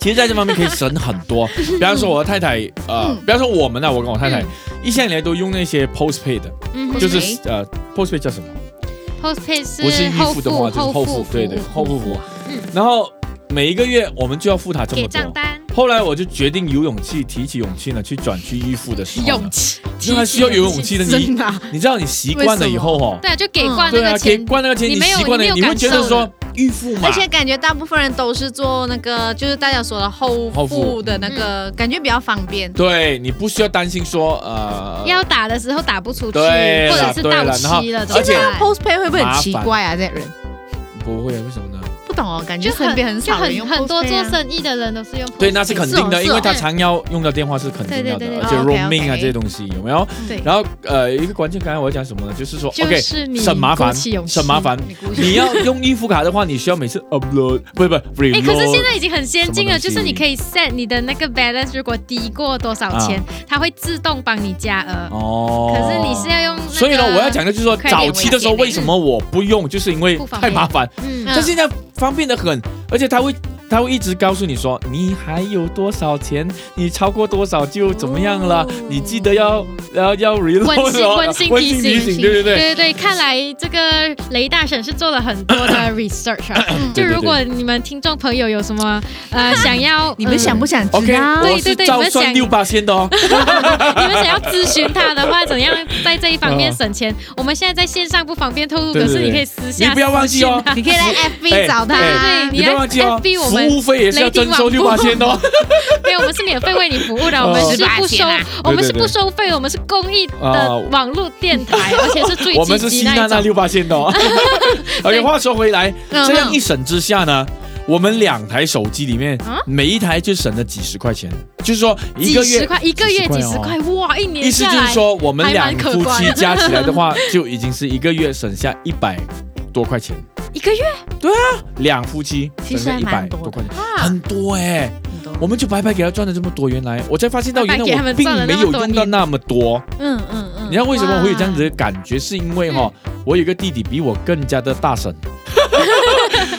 [SPEAKER 2] 其实，在嗯这方面可以省很 多。比方说，我的太太，呃，比方说我们呢、啊，我跟我太太、一向以来都用那些 postpaid 的，
[SPEAKER 1] 嗯哼
[SPEAKER 2] 就是呃，postpaid 叫什么？
[SPEAKER 1] postpaid 是
[SPEAKER 2] 不是预
[SPEAKER 1] 后
[SPEAKER 2] 付的话，就是后付，对对，后付嗯服务。然后每一个月我们就要付他这
[SPEAKER 1] 给
[SPEAKER 2] 么
[SPEAKER 1] 账
[SPEAKER 2] 多。
[SPEAKER 1] 单，
[SPEAKER 2] 后来我就决定有勇气，提起勇气呢，去转去预付的时候呢，
[SPEAKER 1] 气，
[SPEAKER 2] 因为还需要有勇气的。你
[SPEAKER 3] 真，的啊、
[SPEAKER 2] 你知道你习惯了以后哦，
[SPEAKER 1] 对啊，就给惯那
[SPEAKER 2] 对啊，
[SPEAKER 1] 个
[SPEAKER 2] 给
[SPEAKER 1] 钱，
[SPEAKER 2] 灌那个钱，
[SPEAKER 1] 你
[SPEAKER 2] 你
[SPEAKER 1] 没有
[SPEAKER 2] 习惯了，
[SPEAKER 1] 你没有
[SPEAKER 2] 你会觉得
[SPEAKER 1] 感受
[SPEAKER 2] 说
[SPEAKER 1] 的
[SPEAKER 2] 预付嘛
[SPEAKER 3] 而，且感觉大部分人都是做那个，就是大家说的后
[SPEAKER 2] 后
[SPEAKER 3] 付嗯
[SPEAKER 2] 付
[SPEAKER 3] 的那个，感觉比较方便。
[SPEAKER 2] 对你不需要担心说呃，
[SPEAKER 1] 要打的时候打不出去，
[SPEAKER 2] 对
[SPEAKER 1] 或
[SPEAKER 2] 啦
[SPEAKER 1] 者是
[SPEAKER 2] 对啦
[SPEAKER 1] 到
[SPEAKER 2] 然后
[SPEAKER 1] 期了，怎么
[SPEAKER 2] 而且
[SPEAKER 1] 办
[SPEAKER 3] Postpay 会不会很奇怪啊？这些人
[SPEAKER 2] 不会啊，为什么呢？
[SPEAKER 3] 不懂哦，感觉
[SPEAKER 1] 就
[SPEAKER 3] 身
[SPEAKER 1] 很
[SPEAKER 3] 边很
[SPEAKER 1] 就
[SPEAKER 3] 少人
[SPEAKER 1] 很
[SPEAKER 3] 用
[SPEAKER 1] 很多
[SPEAKER 3] postpay
[SPEAKER 1] 做
[SPEAKER 3] 啊
[SPEAKER 1] 生意的人都是用 postpaid，
[SPEAKER 2] 对，那是肯定的，
[SPEAKER 3] 是哦
[SPEAKER 2] 因为他
[SPEAKER 1] 是哦
[SPEAKER 2] 常要用到电话是肯定要
[SPEAKER 1] 对
[SPEAKER 2] 的
[SPEAKER 1] 对对，对
[SPEAKER 2] 而且
[SPEAKER 3] 哦
[SPEAKER 2] roaming 啊
[SPEAKER 3] OK，OK
[SPEAKER 2] 这些东西有没有？
[SPEAKER 3] 对，
[SPEAKER 2] 然后呃，一个关键刚才我要讲什么呢？就是说
[SPEAKER 1] 就
[SPEAKER 2] ，OK，
[SPEAKER 1] 是你
[SPEAKER 2] 省麻烦
[SPEAKER 1] 鼓起勇，气
[SPEAKER 2] 省麻烦。
[SPEAKER 3] 你估计
[SPEAKER 2] 你要用预付卡的话，你需要每次 upload，不不 reload。
[SPEAKER 1] 哎，可是现在已经很先进了，
[SPEAKER 2] 什
[SPEAKER 1] 就
[SPEAKER 2] 么东西嗯
[SPEAKER 1] 是你可以 set 你的那个 balance，如果低过多少钱，它会自动帮你加额。
[SPEAKER 2] 啊哦，
[SPEAKER 1] 可是你是要用那个，
[SPEAKER 2] 所以呢，我要讲的就是说，
[SPEAKER 1] 快点
[SPEAKER 2] 早期的时候
[SPEAKER 1] 危险
[SPEAKER 2] 为什么我不用，就是因为
[SPEAKER 1] 不方
[SPEAKER 2] 太
[SPEAKER 1] 便
[SPEAKER 2] 麻烦。
[SPEAKER 1] 嗯，
[SPEAKER 2] 但现在方便的很，而且他会他会一直告诉你说，你还有多少钱，你超过多少就怎么样了，
[SPEAKER 3] 哦
[SPEAKER 2] 你记得要要要 reload
[SPEAKER 1] 温馨
[SPEAKER 2] 哦
[SPEAKER 1] 温馨
[SPEAKER 2] 温
[SPEAKER 1] 提
[SPEAKER 2] 馨
[SPEAKER 1] 醒，
[SPEAKER 2] 提醒，对对对。
[SPEAKER 1] 对看来这个雷大婶是做了很多 的 research 啊。就
[SPEAKER 2] 对对
[SPEAKER 1] 如果你们听众朋友有什么 呃想要，
[SPEAKER 3] 你们想不想知
[SPEAKER 2] OK，
[SPEAKER 3] 道？
[SPEAKER 1] 对
[SPEAKER 2] 我是
[SPEAKER 1] 对
[SPEAKER 2] 照
[SPEAKER 1] 你们
[SPEAKER 2] 算
[SPEAKER 1] 想
[SPEAKER 2] 六八先的哦。
[SPEAKER 1] 呃 你们想要咨询他的话，怎样在这一方面省 钱？我们现在在线上不方便透露，
[SPEAKER 2] 对
[SPEAKER 1] 可
[SPEAKER 2] 对
[SPEAKER 1] 是你
[SPEAKER 2] 对
[SPEAKER 1] 可以私
[SPEAKER 2] 你
[SPEAKER 1] 下
[SPEAKER 2] 不要忘记哦，
[SPEAKER 3] 你可以来 FB
[SPEAKER 2] 哎
[SPEAKER 3] 找他
[SPEAKER 1] 哎
[SPEAKER 3] 啊。
[SPEAKER 1] 对
[SPEAKER 2] 你不要忘记哦，
[SPEAKER 1] FB 我们
[SPEAKER 2] 服务费也是要征收
[SPEAKER 1] 雷霆
[SPEAKER 2] 六
[SPEAKER 1] 网
[SPEAKER 2] 八
[SPEAKER 1] 部
[SPEAKER 2] 千的哦。
[SPEAKER 1] 对，我们是免费为你服务 的，
[SPEAKER 2] 哦
[SPEAKER 1] 我们是不
[SPEAKER 3] 18
[SPEAKER 1] 收
[SPEAKER 3] 千啊，
[SPEAKER 1] 我们是
[SPEAKER 2] 对对对
[SPEAKER 1] 不收费，我们是公益的
[SPEAKER 2] 啊
[SPEAKER 1] 网络电台，而且是最
[SPEAKER 2] 我们
[SPEAKER 1] 积
[SPEAKER 2] 是
[SPEAKER 1] 极
[SPEAKER 2] 新娜
[SPEAKER 1] 那一
[SPEAKER 2] 娜
[SPEAKER 1] 种。
[SPEAKER 2] 六八线的哦。OK，话说回来，
[SPEAKER 3] 嗯
[SPEAKER 2] 这样一省之下呢，我们两台手机里面
[SPEAKER 1] 啊
[SPEAKER 2] 每一台就省了几十块钱，就是说一
[SPEAKER 1] 几
[SPEAKER 2] 个
[SPEAKER 1] 十
[SPEAKER 2] 月。
[SPEAKER 1] 块，一个月几
[SPEAKER 2] 几
[SPEAKER 1] 十
[SPEAKER 2] 十
[SPEAKER 1] 块
[SPEAKER 2] 块，哦
[SPEAKER 1] 哇！一年
[SPEAKER 2] 意思
[SPEAKER 1] 下
[SPEAKER 2] 就是
[SPEAKER 1] 来，
[SPEAKER 2] 说，我们
[SPEAKER 1] 还蛮
[SPEAKER 2] 两
[SPEAKER 1] 可
[SPEAKER 2] 夫
[SPEAKER 1] 观
[SPEAKER 2] 妻加起来的话，就已经是一个月省下一百多块钱。
[SPEAKER 1] 一个月
[SPEAKER 2] 两夫妻
[SPEAKER 3] 其
[SPEAKER 2] 省
[SPEAKER 3] 实
[SPEAKER 2] 下
[SPEAKER 3] 还
[SPEAKER 2] 一百
[SPEAKER 3] 蛮多
[SPEAKER 2] 多
[SPEAKER 3] 的
[SPEAKER 2] 块钱，
[SPEAKER 1] 啊，
[SPEAKER 2] 很多哎、
[SPEAKER 3] 很多多。
[SPEAKER 2] 我们就白白给他赚了这么多。原来我才发现到，
[SPEAKER 5] 白白
[SPEAKER 2] 原来
[SPEAKER 5] 给他
[SPEAKER 2] 我
[SPEAKER 5] 们
[SPEAKER 2] 并
[SPEAKER 5] 赚了
[SPEAKER 2] 没
[SPEAKER 5] 那么
[SPEAKER 2] 有
[SPEAKER 5] 多
[SPEAKER 2] 用到
[SPEAKER 5] 年
[SPEAKER 2] 那么多。
[SPEAKER 3] 嗯嗯嗯，
[SPEAKER 2] 你知道为什么我会有这样子的感觉？是因为哈、我有一个弟弟比我更加的大神，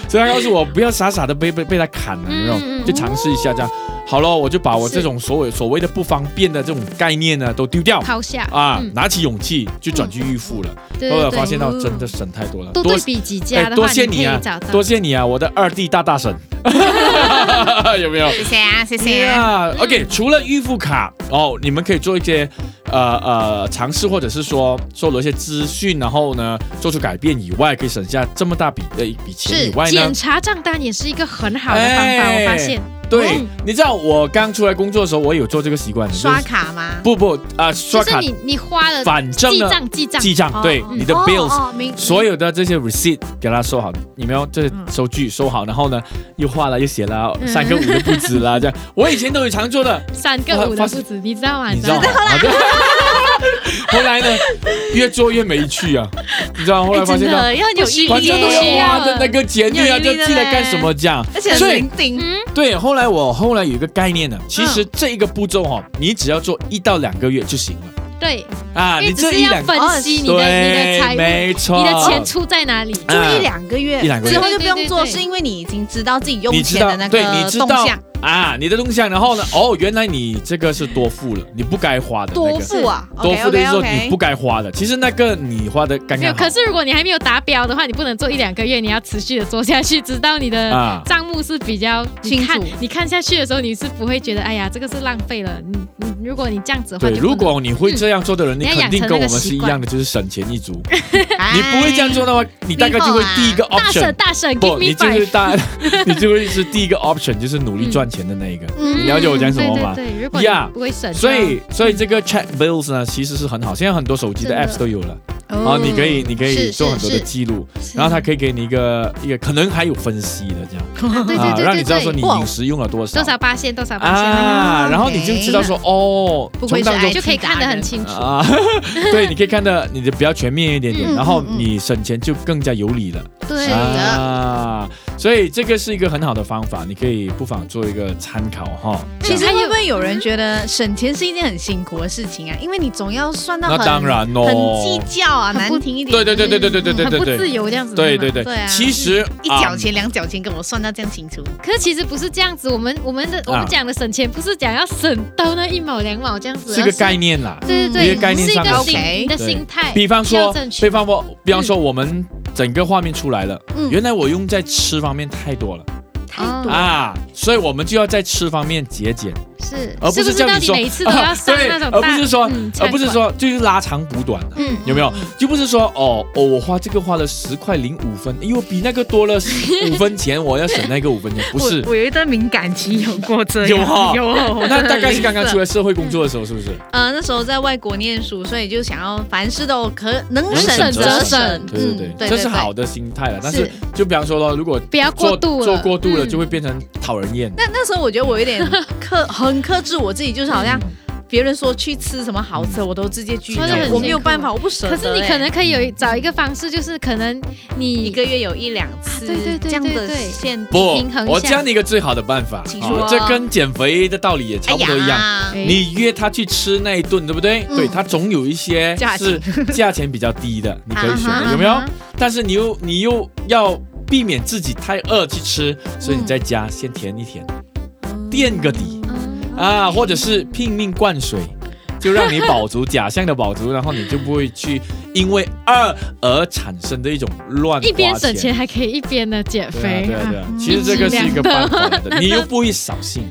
[SPEAKER 2] 所以他告诉我不要傻傻的被被被他砍了，
[SPEAKER 1] 嗯
[SPEAKER 2] 那种、
[SPEAKER 1] 嗯嗯
[SPEAKER 2] 就尝试一下这样。好了，我就把我这种所有所谓的不方便的这种概念呢都丢掉
[SPEAKER 1] 抛下
[SPEAKER 2] 啊，
[SPEAKER 1] 嗯
[SPEAKER 2] 拿起勇气就转去预付了。
[SPEAKER 1] 对
[SPEAKER 2] 后
[SPEAKER 1] 对
[SPEAKER 2] 来
[SPEAKER 1] 对，
[SPEAKER 2] 发现到真的省太多了，
[SPEAKER 1] 多对比几家的
[SPEAKER 2] 哎
[SPEAKER 1] 话，
[SPEAKER 2] 多谢
[SPEAKER 1] 你可
[SPEAKER 2] 你啊
[SPEAKER 1] 以找到。
[SPEAKER 2] 多谢你啊，我的二弟大大神， 有没有？
[SPEAKER 5] 谢谢啊，谢谢
[SPEAKER 3] 嗯
[SPEAKER 5] 啊。
[SPEAKER 2] 呀 o k 除了预付卡哦，你们可以做一些呃呃尝试，或者是说收罗一些资讯，然后呢做出改变以外，可以省下这么大笔的一笔钱
[SPEAKER 1] 是
[SPEAKER 2] 以外呢
[SPEAKER 5] 检，查账单也是一个很好的方法，
[SPEAKER 2] 哎
[SPEAKER 5] 我发现
[SPEAKER 2] 对，
[SPEAKER 5] 嗯
[SPEAKER 2] 你知道我刚出来工作的时候，我有做这个习惯的，就是
[SPEAKER 3] 刷卡吗？
[SPEAKER 2] 不不啊、
[SPEAKER 1] 就
[SPEAKER 2] 刷
[SPEAKER 1] 是
[SPEAKER 2] 卡，
[SPEAKER 1] 你你花了
[SPEAKER 2] 反正
[SPEAKER 1] 记
[SPEAKER 2] 呢
[SPEAKER 1] 账记账，
[SPEAKER 2] 记账，
[SPEAKER 3] 哦
[SPEAKER 2] 对、
[SPEAKER 3] 哦
[SPEAKER 2] 你的 bills、
[SPEAKER 3] 哦哦明
[SPEAKER 2] 所有的这些 receipt 给他收好，你们要这些
[SPEAKER 3] 嗯
[SPEAKER 2] 收据收好，然后呢又画了又写了
[SPEAKER 3] 嗯
[SPEAKER 2] 三个五个不止啦，这样我以前都有常做的，
[SPEAKER 1] 三个五的数字，你知道吗？
[SPEAKER 2] 你知道吗？好的 后来呢，越做越没趣啊，你知道吗？
[SPEAKER 1] 哎
[SPEAKER 2] 后来发
[SPEAKER 5] 真
[SPEAKER 2] 现到
[SPEAKER 5] 的要有 毅
[SPEAKER 2] 反
[SPEAKER 5] 力
[SPEAKER 2] 正都
[SPEAKER 5] 耶，
[SPEAKER 2] 要花的哦那个钱，对啊，
[SPEAKER 5] 有毅
[SPEAKER 2] 就
[SPEAKER 5] 力的
[SPEAKER 2] 寄来干什么这样？
[SPEAKER 3] 而且
[SPEAKER 2] 所以
[SPEAKER 3] 零定，
[SPEAKER 2] 对，后来我后来有一个概念呢，其实这一个步骤哈、哦，你只要做一到两个月就行了
[SPEAKER 1] 对，
[SPEAKER 2] 啊，
[SPEAKER 1] 因为
[SPEAKER 2] 你
[SPEAKER 1] 哎只
[SPEAKER 2] 这
[SPEAKER 1] 是
[SPEAKER 2] 一
[SPEAKER 1] 要
[SPEAKER 2] 两
[SPEAKER 1] 分析你的你的
[SPEAKER 2] 对，
[SPEAKER 1] 财务，
[SPEAKER 2] 没错，
[SPEAKER 1] 你的钱出在哪里。
[SPEAKER 3] 就
[SPEAKER 2] 啊
[SPEAKER 3] 一两个月，
[SPEAKER 2] 一两个月
[SPEAKER 3] 之后就不用做，
[SPEAKER 1] 对对对对
[SPEAKER 3] 是因为你已经知道自己用
[SPEAKER 2] 你知
[SPEAKER 3] 钱
[SPEAKER 2] 道
[SPEAKER 3] 的那
[SPEAKER 2] 对，你
[SPEAKER 3] 个
[SPEAKER 2] 知
[SPEAKER 3] 动
[SPEAKER 2] 道
[SPEAKER 3] 向，
[SPEAKER 2] 啊，你的动向，然后呢，哦，原来你这个是多付了，你不该花的那个。
[SPEAKER 3] 多付啊，
[SPEAKER 2] 多付的意
[SPEAKER 3] OK
[SPEAKER 2] 思
[SPEAKER 3] OK
[SPEAKER 2] 说你
[SPEAKER 3] OK，
[SPEAKER 2] 不该花的，其实那个你花的刚
[SPEAKER 1] 没有，
[SPEAKER 2] 刚
[SPEAKER 1] 可
[SPEAKER 2] 好
[SPEAKER 1] 是如果你还没有达标的话，你不能做一两个月，你要持续的做下去，直到你的
[SPEAKER 2] 啊。
[SPEAKER 1] 账目是比较你
[SPEAKER 3] 清楚
[SPEAKER 1] 看你看下去的时候，你是不会觉得哎呀这个是浪费了。你你如果你这样子的话，就
[SPEAKER 2] 对，
[SPEAKER 1] 不能
[SPEAKER 2] 如果你会这样做的人，你
[SPEAKER 1] 你要
[SPEAKER 2] 肯
[SPEAKER 1] 养
[SPEAKER 2] 定
[SPEAKER 1] 成
[SPEAKER 2] 跟我
[SPEAKER 1] 那
[SPEAKER 2] 们
[SPEAKER 1] 个
[SPEAKER 2] 是
[SPEAKER 1] 习
[SPEAKER 2] 一
[SPEAKER 1] 惯
[SPEAKER 2] 样的，就是省钱一族。
[SPEAKER 3] 哎
[SPEAKER 2] 你不会这样做的话，你大概就会第一个
[SPEAKER 1] 大婶
[SPEAKER 2] option，
[SPEAKER 1] 大婶
[SPEAKER 2] 不，
[SPEAKER 1] give
[SPEAKER 2] 你
[SPEAKER 1] me
[SPEAKER 2] 就是
[SPEAKER 1] five，
[SPEAKER 2] 大，你就会是第一个 option，就是努力赚钱的那一个。
[SPEAKER 1] 嗯
[SPEAKER 2] 你了解我讲什么吗
[SPEAKER 1] 对对对，如果
[SPEAKER 2] 呀
[SPEAKER 1] 你不会省，
[SPEAKER 2] 所以，所以这个 check bills 呢，其实是很好。现在很多手机的
[SPEAKER 1] 真的
[SPEAKER 2] apps 都有了啊，
[SPEAKER 3] 哦
[SPEAKER 2] 你可以，你可以
[SPEAKER 3] 是
[SPEAKER 2] 做很多的
[SPEAKER 3] 是
[SPEAKER 2] 记录，然后它可以给你一个一个可能还有分析的这样
[SPEAKER 1] 对对
[SPEAKER 2] 啊，
[SPEAKER 1] 对
[SPEAKER 2] 让你
[SPEAKER 1] 对
[SPEAKER 2] 知道说
[SPEAKER 1] 对
[SPEAKER 2] 你
[SPEAKER 1] 对，
[SPEAKER 2] 饮食用了多少
[SPEAKER 1] 多少八线多少八线，
[SPEAKER 2] 啊，
[SPEAKER 3] 啊
[SPEAKER 2] 然后你就知道说哦，
[SPEAKER 3] 不
[SPEAKER 2] 从
[SPEAKER 3] 愧是
[SPEAKER 2] 当中
[SPEAKER 3] IT
[SPEAKER 1] 就可以看得很清楚。
[SPEAKER 2] 啊， 对，你可以看到你的比较全面一点点，
[SPEAKER 3] 嗯
[SPEAKER 2] 然后
[SPEAKER 3] 嗯嗯
[SPEAKER 2] 你省钱就更加有理了。
[SPEAKER 1] 对
[SPEAKER 3] 是的
[SPEAKER 2] 啊，所以这个是一个很好的方法，你可以不妨做一个参考哈。
[SPEAKER 3] 其实会不会有人觉得省钱是一件很辛苦的事情啊？因为你总要算到
[SPEAKER 2] 那
[SPEAKER 3] 很
[SPEAKER 2] 当然咯
[SPEAKER 3] 很计较啊，
[SPEAKER 1] 很不
[SPEAKER 3] 难听一点。
[SPEAKER 2] 对对对对对对对
[SPEAKER 1] 很
[SPEAKER 2] 对
[SPEAKER 1] 不
[SPEAKER 2] 对
[SPEAKER 1] 自
[SPEAKER 2] 对。
[SPEAKER 1] 由这样子。
[SPEAKER 2] 对对对
[SPEAKER 3] 对啊
[SPEAKER 2] 其实
[SPEAKER 3] 一角钱两角钱跟我算到这样清楚，
[SPEAKER 1] 可是其实不是这样子，我们我们
[SPEAKER 2] 啊
[SPEAKER 1] 的我们讲的省钱不是讲要省到那一毛两毛这样
[SPEAKER 2] 嗯
[SPEAKER 1] 子，
[SPEAKER 2] 是个
[SPEAKER 1] 而
[SPEAKER 2] 概念啦。
[SPEAKER 1] 对对
[SPEAKER 2] 一
[SPEAKER 1] 对，
[SPEAKER 2] 个概念
[SPEAKER 1] 是一
[SPEAKER 2] 上
[SPEAKER 1] 个
[SPEAKER 2] 的
[SPEAKER 1] 心
[SPEAKER 3] OK
[SPEAKER 1] 你的
[SPEAKER 2] 对
[SPEAKER 1] 心态，
[SPEAKER 2] 比方
[SPEAKER 1] 需要
[SPEAKER 2] 说
[SPEAKER 1] 正，确
[SPEAKER 2] 比方说，比方说，我们整个画面出来了，
[SPEAKER 3] 嗯
[SPEAKER 2] 原来我用在吃方面太多了
[SPEAKER 3] 太
[SPEAKER 1] 哦
[SPEAKER 3] 多。
[SPEAKER 2] 啊，所以我们就要在吃方面节俭，
[SPEAKER 1] 是
[SPEAKER 2] 而不
[SPEAKER 1] 是
[SPEAKER 2] 是
[SPEAKER 1] 不
[SPEAKER 2] 叫
[SPEAKER 1] 到
[SPEAKER 2] 你
[SPEAKER 1] 底
[SPEAKER 2] 说
[SPEAKER 1] 每一次都要上那种
[SPEAKER 2] 啊对
[SPEAKER 1] 大
[SPEAKER 2] 而不是说
[SPEAKER 1] 嗯
[SPEAKER 2] 而不是
[SPEAKER 1] 餐馆
[SPEAKER 2] 说就是拉长补短的。
[SPEAKER 3] 嗯
[SPEAKER 2] 有没有？就不是说哦哦，我花这个花了十块零五分，哎呦，比那个多了五分钱，我要省那个五分钱，不是
[SPEAKER 5] 我？我有一段敏感期有过这样，
[SPEAKER 2] 有啊哈
[SPEAKER 5] 有哦，
[SPEAKER 2] 那大概是刚刚出来社会工作的时候，是不是？
[SPEAKER 3] 呃，那时候在外国念书，所以就想要凡事都可能
[SPEAKER 1] 省
[SPEAKER 3] 省
[SPEAKER 1] 则
[SPEAKER 3] 则
[SPEAKER 1] 省
[SPEAKER 3] 省。
[SPEAKER 2] 对对
[SPEAKER 3] 嗯
[SPEAKER 2] 对，这是好。的心态了。但是
[SPEAKER 1] 是
[SPEAKER 2] 就比方说咯，如果
[SPEAKER 1] 不要过
[SPEAKER 2] 做
[SPEAKER 1] 度了，
[SPEAKER 2] 做过度了，
[SPEAKER 1] 嗯
[SPEAKER 2] 就会变成讨人厌。
[SPEAKER 3] 那那时候我觉得我 有点克，很克制我自己，就是好
[SPEAKER 1] 嗯
[SPEAKER 3] 像别人说去吃什么好吃，我都直接拒绝
[SPEAKER 1] 说
[SPEAKER 2] 得很，
[SPEAKER 3] 我没有
[SPEAKER 1] 辛苦
[SPEAKER 3] 办法，我不舍得
[SPEAKER 1] 可
[SPEAKER 3] 欸。
[SPEAKER 1] 是你可能可以有找一个方式，就是可能
[SPEAKER 3] 一
[SPEAKER 1] 你
[SPEAKER 3] 个月有一两次，
[SPEAKER 1] 对对对对
[SPEAKER 3] 这样的
[SPEAKER 1] 对
[SPEAKER 3] 限定
[SPEAKER 2] 不
[SPEAKER 1] 平衡，一
[SPEAKER 2] 我
[SPEAKER 1] 下
[SPEAKER 2] 教你一个最好的办法，
[SPEAKER 3] 请
[SPEAKER 2] 啊
[SPEAKER 3] 说
[SPEAKER 2] 这跟减肥的道理也差不多一样。
[SPEAKER 3] 哎呀
[SPEAKER 2] 你约他去吃那一顿，对不对？
[SPEAKER 3] 嗯
[SPEAKER 2] 对他总有一些
[SPEAKER 3] 价
[SPEAKER 2] 是
[SPEAKER 3] 钱
[SPEAKER 2] 价钱比较低的，你可以选
[SPEAKER 1] 啊
[SPEAKER 2] 的，
[SPEAKER 1] 哈
[SPEAKER 2] 有没有
[SPEAKER 1] 啊哈？
[SPEAKER 2] 但是你又你又要避免自己太饿去吃，所以你
[SPEAKER 3] 嗯
[SPEAKER 2] 在家先填一填，垫个底
[SPEAKER 1] 嗯
[SPEAKER 2] 啊，或者是拼命灌水。就让你饱足，假象的饱足，然后你就不会去因为饿而产生的一种乱花
[SPEAKER 1] 一边省钱还可以一边的减
[SPEAKER 2] 对啊
[SPEAKER 1] 肥，
[SPEAKER 2] 对啊对啊
[SPEAKER 1] 嗯，
[SPEAKER 2] 其实这个是一个办法来
[SPEAKER 1] 尽
[SPEAKER 2] 的，
[SPEAKER 1] 量
[SPEAKER 2] 你又不会扫兴。